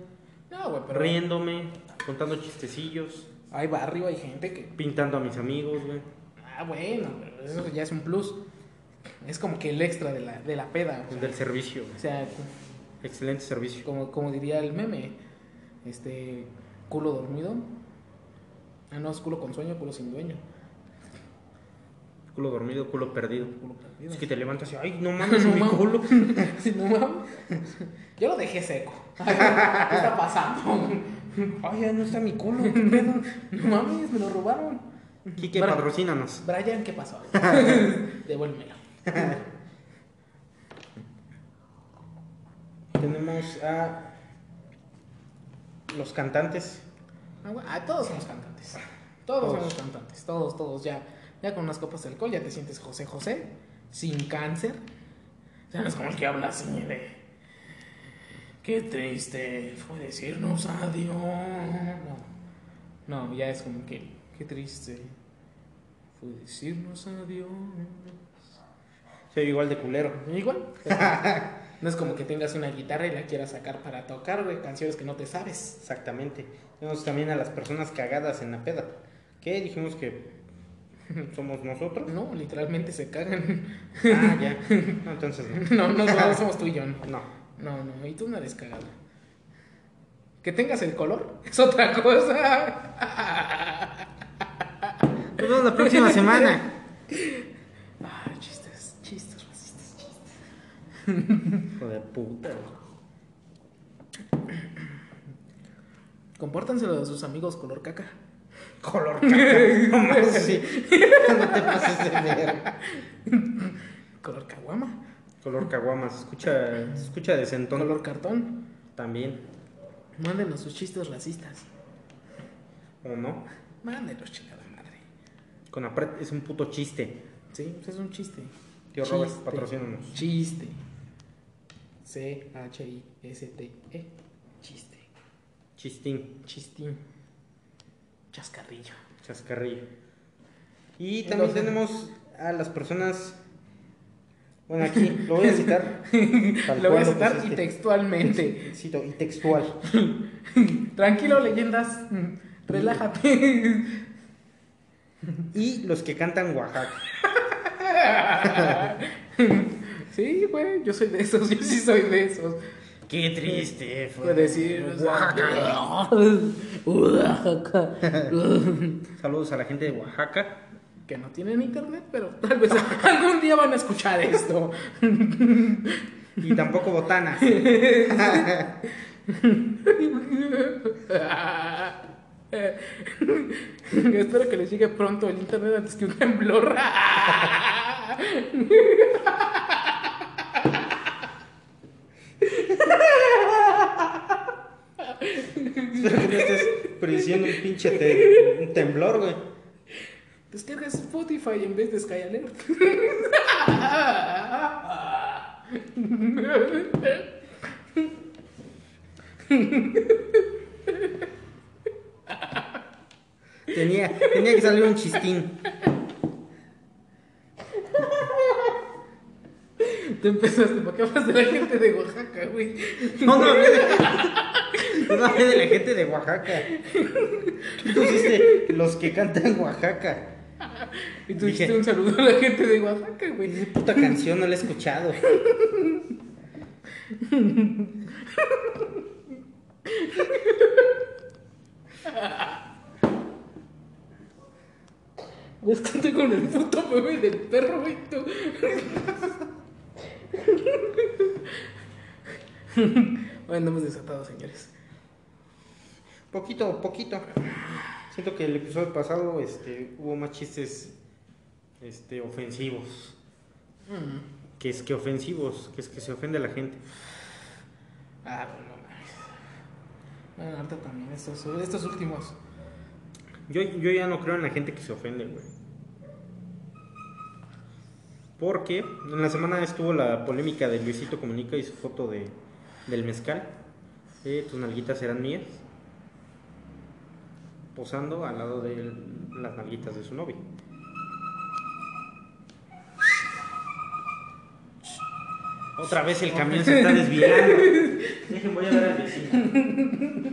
Speaker 3: No, güey, pero.
Speaker 2: Riéndome, contando chistecillos,
Speaker 3: Hay barrio, hay gente que.
Speaker 2: pintando a mis amigos, güey.
Speaker 3: Ah, bueno, pero eso ya es un plus. Es como que el extra de la, de la peda. o sea,
Speaker 2: Del servicio,
Speaker 3: O
Speaker 2: güey.
Speaker 3: sea,
Speaker 2: Excelente servicio.
Speaker 3: como, como diría el meme: Este. Culo dormido. Ah, no, es culo con sueño, culo sin dueño.
Speaker 2: Culo dormido, culo perdido.
Speaker 3: Culo perdido.
Speaker 2: Es que te levantas y, ay, no mames,
Speaker 3: No
Speaker 2: mi
Speaker 3: mames.
Speaker 2: culo.
Speaker 3: No mames. Yo lo dejé seco. ¿Qué está pasando?
Speaker 2: Ay, ya no está mi culo.
Speaker 3: No mames, me lo robaron.
Speaker 2: Quique,
Speaker 3: Bra-
Speaker 2: patrocínanos.
Speaker 3: Brian, ¿qué pasó? Devuélvemelo.
Speaker 2: Tenemos a los cantantes.
Speaker 3: Ah, güey, ah, todos somos cantantes. Todos,
Speaker 2: Todos.
Speaker 3: somos cantantes. Todos, todos. Ya, ya con unas copas de alcohol ya te sientes José José, sin cáncer. Ya no es como el que habla así de. Qué triste fue decirnos adiós. No, no, ya es como que. Qué triste fue decirnos adiós.
Speaker 2: Se ve igual de culero.
Speaker 3: Igual. pero no es como que tengas una guitarra y la quieras sacar para tocar, güey. Canciones que no te sabes.
Speaker 2: Exactamente. Tenemos también a las personas cagadas en la peda. ¿Qué? Dijimos que somos nosotros.
Speaker 3: No, literalmente se cagan.
Speaker 2: Ah, ya. No, entonces no.
Speaker 3: No, no somos, somos tú y yo, no.
Speaker 2: No.
Speaker 3: No, no, y tú una descagada. Que tengas el color es otra Ah, cosa.
Speaker 2: Nos vemos la próxima semana.
Speaker 3: Ah, chistes, chistes, racistas, chistes.
Speaker 2: Hijo de puta.
Speaker 3: Compórtanse lo de sus amigos color caca.
Speaker 2: Color caca. No mames, sí. No te pases de ver.
Speaker 3: Color caguama.
Speaker 2: Color caguama. Se escucha, se escucha desentón.
Speaker 3: Color cartón.
Speaker 2: También.
Speaker 3: Mándenos sus chistes racistas.
Speaker 2: ¿O no?
Speaker 3: Mándenos, chingada madre.
Speaker 2: Con apret es un puto chiste.
Speaker 3: Sí, pues es un chiste.
Speaker 2: Tío Robert,
Speaker 3: Chiste.
Speaker 2: patrocínanos.
Speaker 3: Chiste. C-H-I-S-T-E. E. Chiste.
Speaker 2: Chistín.
Speaker 3: Chistín. Chascarrillo.
Speaker 2: Chascarrillo. Y también
Speaker 3: Entonces-
Speaker 2: tenemos a las personas. Bueno, aquí lo voy a citar. tal
Speaker 3: Lo voy a
Speaker 2: cual lo
Speaker 3: citar y
Speaker 2: pusiste.
Speaker 3: textualmente.
Speaker 2: Cito, y textual.
Speaker 3: Tranquilo, leyendas. Relájate.
Speaker 2: Y los que cantan Oaxaca.
Speaker 3: Sí, güey, yo soy de esos, yo sí soy de esos.
Speaker 2: Qué triste
Speaker 3: Fue decir, Oaxaca. Oaxaca.
Speaker 2: Saludos a la gente de Oaxaca.
Speaker 3: Que no tienen internet, pero tal vez algún día van a escuchar esto.
Speaker 2: Y tampoco botanas.
Speaker 3: Eh, Espero que les llegue pronto el internet antes que un temblor.
Speaker 2: Espero que no estés prediciendo Este un pinche te- un temblor, güey.
Speaker 3: Descarga Spotify en vez de Sky Alert.
Speaker 2: Tenía, tenía que salir un chistín.
Speaker 3: Te empezaste, ¿por qué hablas de la gente de Oaxaca, güey?
Speaker 2: No, no hablé de, no hablé de la gente de Oaxaca. Tú pusiste los que cantan Oaxaca.
Speaker 3: Y tú
Speaker 2: Dije-
Speaker 3: dijiste un saludo a la gente de Oaxaca, güey.
Speaker 2: Puta canción, no la he escuchado.
Speaker 3: Es que estoy con el puto bebé del perro, güey. tú. Hoy andamos desatados, señores.
Speaker 2: Poquito, poquito. Siento que el episodio pasado este, hubo más chistes este, ofensivos.
Speaker 3: Mm.
Speaker 2: Que es que ofensivos, que es que se ofende a la gente.
Speaker 3: Ah, pero no mames. Bueno, ahorita también, estos, estos últimos.
Speaker 2: Yo, yo ya no creo en la gente que se ofende, güey. Porque en la semana estuvo la polémica de Luisito Comunica y su foto de, del mezcal. Eh, tus nalguitas eran mías. Posando al lado de las nalguitas de su novia. Otra vez el camión se está desviando. Dejen, voy a ver al vecino.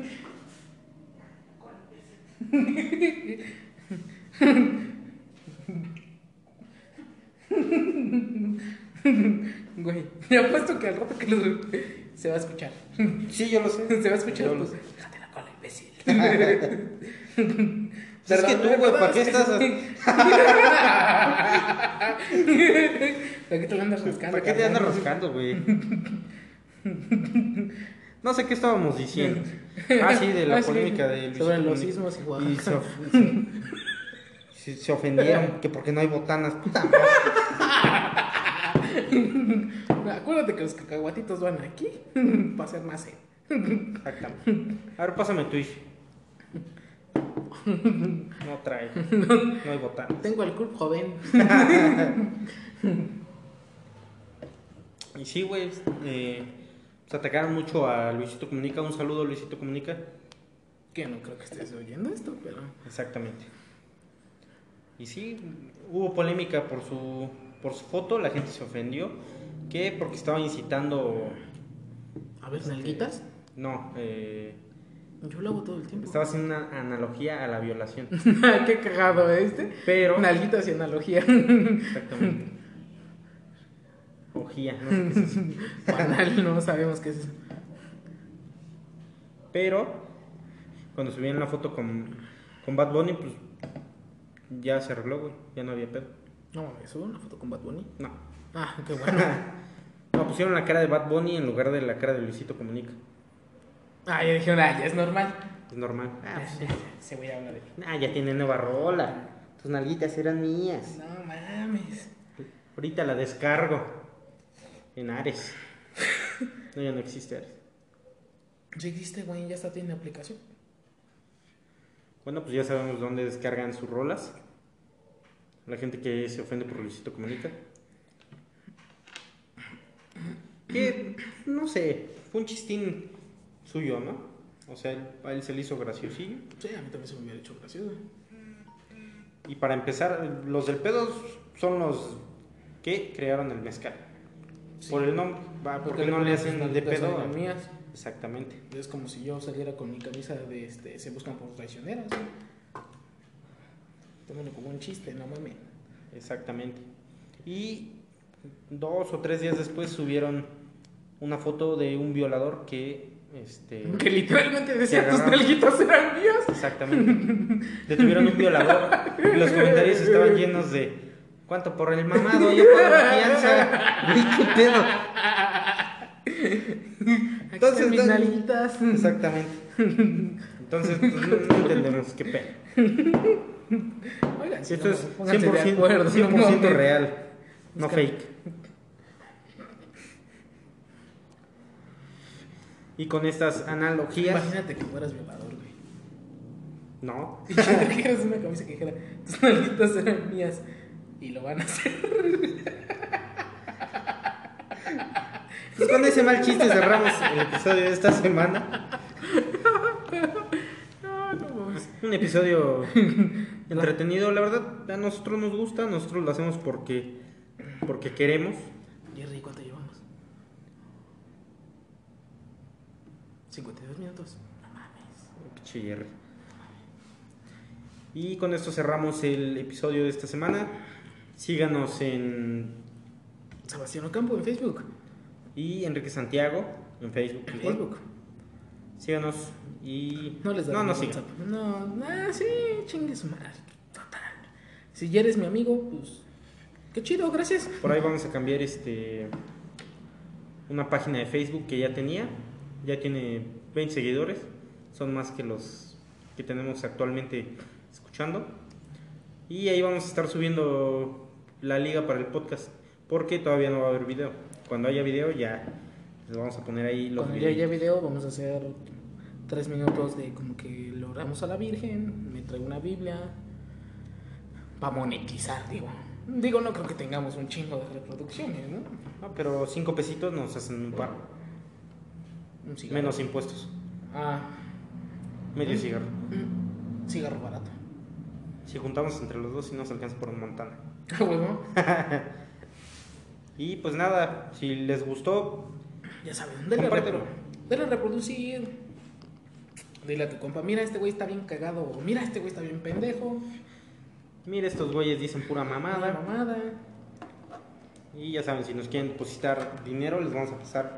Speaker 3: Güey, me apuesto que al rato que los se va a escuchar.
Speaker 2: Sí, yo lo sé.
Speaker 3: Se va a escuchar,
Speaker 2: Yo lo
Speaker 3: pues.
Speaker 2: sé.
Speaker 3: Déjate la cola, imbécil. Perdón,
Speaker 2: Pues es que tú, güey, ¿para qué
Speaker 3: es que
Speaker 2: estás?
Speaker 3: ¿Para qué te lo andas rascando?
Speaker 2: ¿Para qué te andas
Speaker 3: carnal?
Speaker 2: rascando, güey? No sé qué estábamos diciendo. Ah, sí, de la
Speaker 3: Ah, sí,
Speaker 2: polémica de Luisito
Speaker 3: sobre los
Speaker 2: Comunica.
Speaker 3: sismos y
Speaker 2: Y
Speaker 3: Oaxaca.
Speaker 2: se, of- se- se ofendieron que porque no hay botanas. Puta madre.
Speaker 3: Acuérdate que los cacahuatitos van aquí para hacer más sed.
Speaker 2: Exactamente. A ver, pásame tu hijo. No trae. No hay botanas.
Speaker 3: Tengo el club joven.
Speaker 2: Y sí, güey. eh, Se atacaron mucho a Luisito Comunica. Un saludo, Luisito Comunica.
Speaker 3: Que no creo que estés oyendo esto, pero.
Speaker 2: Exactamente. Y sí, hubo polémica por su, por su foto, la gente se ofendió. que Porque estaba incitando.
Speaker 3: A ver, nalguitas.
Speaker 2: No, eh,
Speaker 3: Yo lo hago todo el tiempo.
Speaker 2: estaba haciendo una analogía a la violación.
Speaker 3: Qué cagado ¿eh? este.
Speaker 2: Pero.
Speaker 3: Nalguitas y analogía.
Speaker 2: Exactamente. Ojía, no sé qué es eso.
Speaker 3: Banal, no sabemos qué es eso.
Speaker 2: Pero, cuando subían la foto con, con Bad Bunny, pues. Ya se arregló, güey. Ya no había pedo.
Speaker 3: No, me subo una foto con Bad Bunny.
Speaker 2: No.
Speaker 3: Ah, qué bueno.
Speaker 2: No, pusieron la cara de Bad Bunny en lugar de la cara de Luisito Comunica.
Speaker 3: Ah, yo dije, ah, ya es normal.
Speaker 2: Es normal.
Speaker 1: Ah,
Speaker 3: Ya, ya, ya, Se voy a hablar de
Speaker 2: pues, ah, ya tiene nueva rola.
Speaker 1: Tus nalguitas eran mías.
Speaker 3: No mames.
Speaker 2: Ahorita la descargo. En Ares. No, ya no existe Ares.
Speaker 3: Ya existe, güey, ya está, tiene aplicación.
Speaker 2: Bueno, pues ya sabemos dónde descargan sus rolas. La gente que se ofende por Luisito Comunica. Que, no sé, fue un chistín suyo, ¿no? O sea, él- a él se le hizo graciosillo.
Speaker 3: Sí, a mí también se me hubiera hecho gracioso.
Speaker 2: Y para empezar, los del pedo son los que crearon el mezcal. Por el nombre,
Speaker 3: Ah,
Speaker 2: va, porque no le hacen de pedo.
Speaker 3: Las mías.
Speaker 2: Exactamente.
Speaker 3: Es como si yo saliera con mi camisa de este, se buscan por traicioneros. ¿no? Tómalo como un chiste, no mames.
Speaker 2: Exactamente. Y dos o tres días después subieron una foto de un violador que, este,
Speaker 3: Que literalmente decía
Speaker 2: Te
Speaker 3: tus
Speaker 2: agarraron.
Speaker 3: nalguitas eran mías.
Speaker 2: exactamente, detuvieron un violador. Y los comentarios estaban llenos de, ¿cuánto por el mamado? Yo pago la fianza.
Speaker 1: Güey, qué pedo.
Speaker 3: Entonces, mis
Speaker 2: entonces-
Speaker 3: nalguitas.
Speaker 2: Exactamente. Entonces, pues, no, no entendemos qué pena.
Speaker 3: Oigan, si
Speaker 2: Esto
Speaker 3: no,
Speaker 2: es
Speaker 3: pónganse de
Speaker 2: 100%,
Speaker 3: acuerdo, no
Speaker 2: 100%
Speaker 3: mames.
Speaker 2: real, no
Speaker 3: Busca-
Speaker 2: fake. Y con estas analogías,
Speaker 3: Imagínate que fueras violador, güey.
Speaker 2: no,
Speaker 3: Y yo trajeras una camisa que dijera, tus nalguitas eran mías. Y lo van a hacer.
Speaker 2: Pues con ese mal chiste cerramos el episodio de esta semana.
Speaker 3: Ah, No, no mames.
Speaker 2: Un episodio entretenido, la verdad, a nosotros nos gusta, nosotros lo hacemos porque, porque queremos.
Speaker 3: Jerry, ¿cuánto llevamos? 52 minutos. No mames.
Speaker 2: Pinche Jerry. Y con esto cerramos el episodio de esta semana. Síganos en
Speaker 3: Sebastián Ocampo en Facebook.
Speaker 2: y Enrique Santiago en Facebook.
Speaker 3: En
Speaker 2: igual.
Speaker 3: Facebook.
Speaker 2: Síganos y
Speaker 3: No les
Speaker 2: no,
Speaker 3: daremos
Speaker 2: no
Speaker 3: WhatsApp.
Speaker 2: sigan.
Speaker 3: No, ah, sí, chingue su madre. Total. Si ya eres mi amigo, pues. Qué chido, gracias.
Speaker 2: Por ahí vamos a cambiar este una página de Facebook que ya tenía, ya tiene 20 seguidores, son más que los que tenemos actualmente escuchando. Y ahí vamos a estar subiendo la liga para el podcast, porque todavía no va a haber video. Cuando haya video ya les vamos a poner ahí los
Speaker 3: Cuando ya
Speaker 2: videos.
Speaker 3: haya video, vamos a hacer tres minutos de como que le oramos a la Virgen, me traigo una Biblia. Para monetizar, digo. Digo, no creo que tengamos un chingo de reproducciones, ¿no?
Speaker 2: No, pero 5 pesitos nos hacen un par,
Speaker 3: Un cigarro.
Speaker 2: menos impuestos,
Speaker 3: Ah,
Speaker 2: medio cigarro.
Speaker 3: un cigarro barato.
Speaker 2: Si juntamos entre los dos, si nos alcanza por un montón.
Speaker 3: Ah, huevo.
Speaker 2: Y pues nada, si les gustó,
Speaker 3: Ya saben, dale, a
Speaker 2: Compártelo.
Speaker 3: repro- dale a reproducir. Dile a tu compa, mira, este güey está bien cagado. O mira, este güey está bien pendejo.
Speaker 2: Mira, estos güeyes dicen pura
Speaker 3: Nada,
Speaker 2: mamada.
Speaker 3: mamada.
Speaker 2: Y ya saben, si nos quieren depositar dinero, les vamos a pasar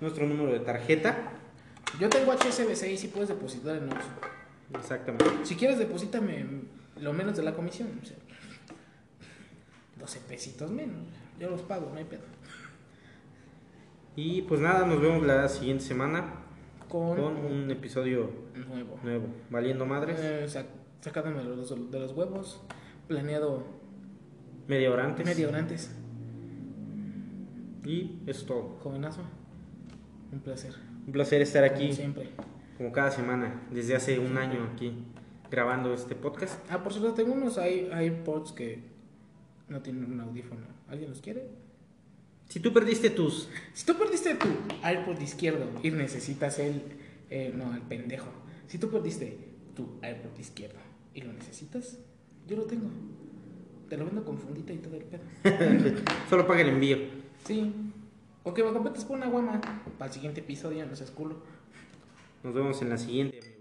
Speaker 2: nuestro número de tarjeta.
Speaker 3: Yo tengo HSBC y si puedes depositar en Oxxo.
Speaker 2: Exactamente.
Speaker 3: Si quieres, deposítame lo menos de la comisión. o sea, 12 pesitos menos. Yo los pago, no hay pedo.
Speaker 2: Y pues nada, nos vemos la siguiente semana
Speaker 3: Con,
Speaker 2: con un episodio
Speaker 3: nuevo.
Speaker 2: nuevo. Valiendo madres,
Speaker 3: Eh, sac- sacándome de los, de los huevos. Planeado
Speaker 2: media hora antes.
Speaker 3: media hora antes.
Speaker 2: Y eso es todo.
Speaker 3: Jovenazo. Un placer.
Speaker 2: Un placer estar
Speaker 3: Como
Speaker 2: aquí,
Speaker 3: siempre.
Speaker 2: como cada semana, desde hace un año aquí, grabando este podcast.
Speaker 3: Ah, por cierto, tengo unos i- iPods que no tienen un audífono. ¿Alguien los quiere?
Speaker 2: Si tú perdiste tus.
Speaker 3: Si tú perdiste tu AirPod izquierdo y necesitas el. eh, no, el pendejo. Si tú perdiste tu AirPod izquierdo y lo necesitas, yo lo tengo. Te lo vendo con fundita y todo el pedo.
Speaker 2: Solo paga el envío.
Speaker 3: Sí. O que me competes por una guama. Para el siguiente episodio, no seas culo.
Speaker 2: Nos vemos en la siguiente.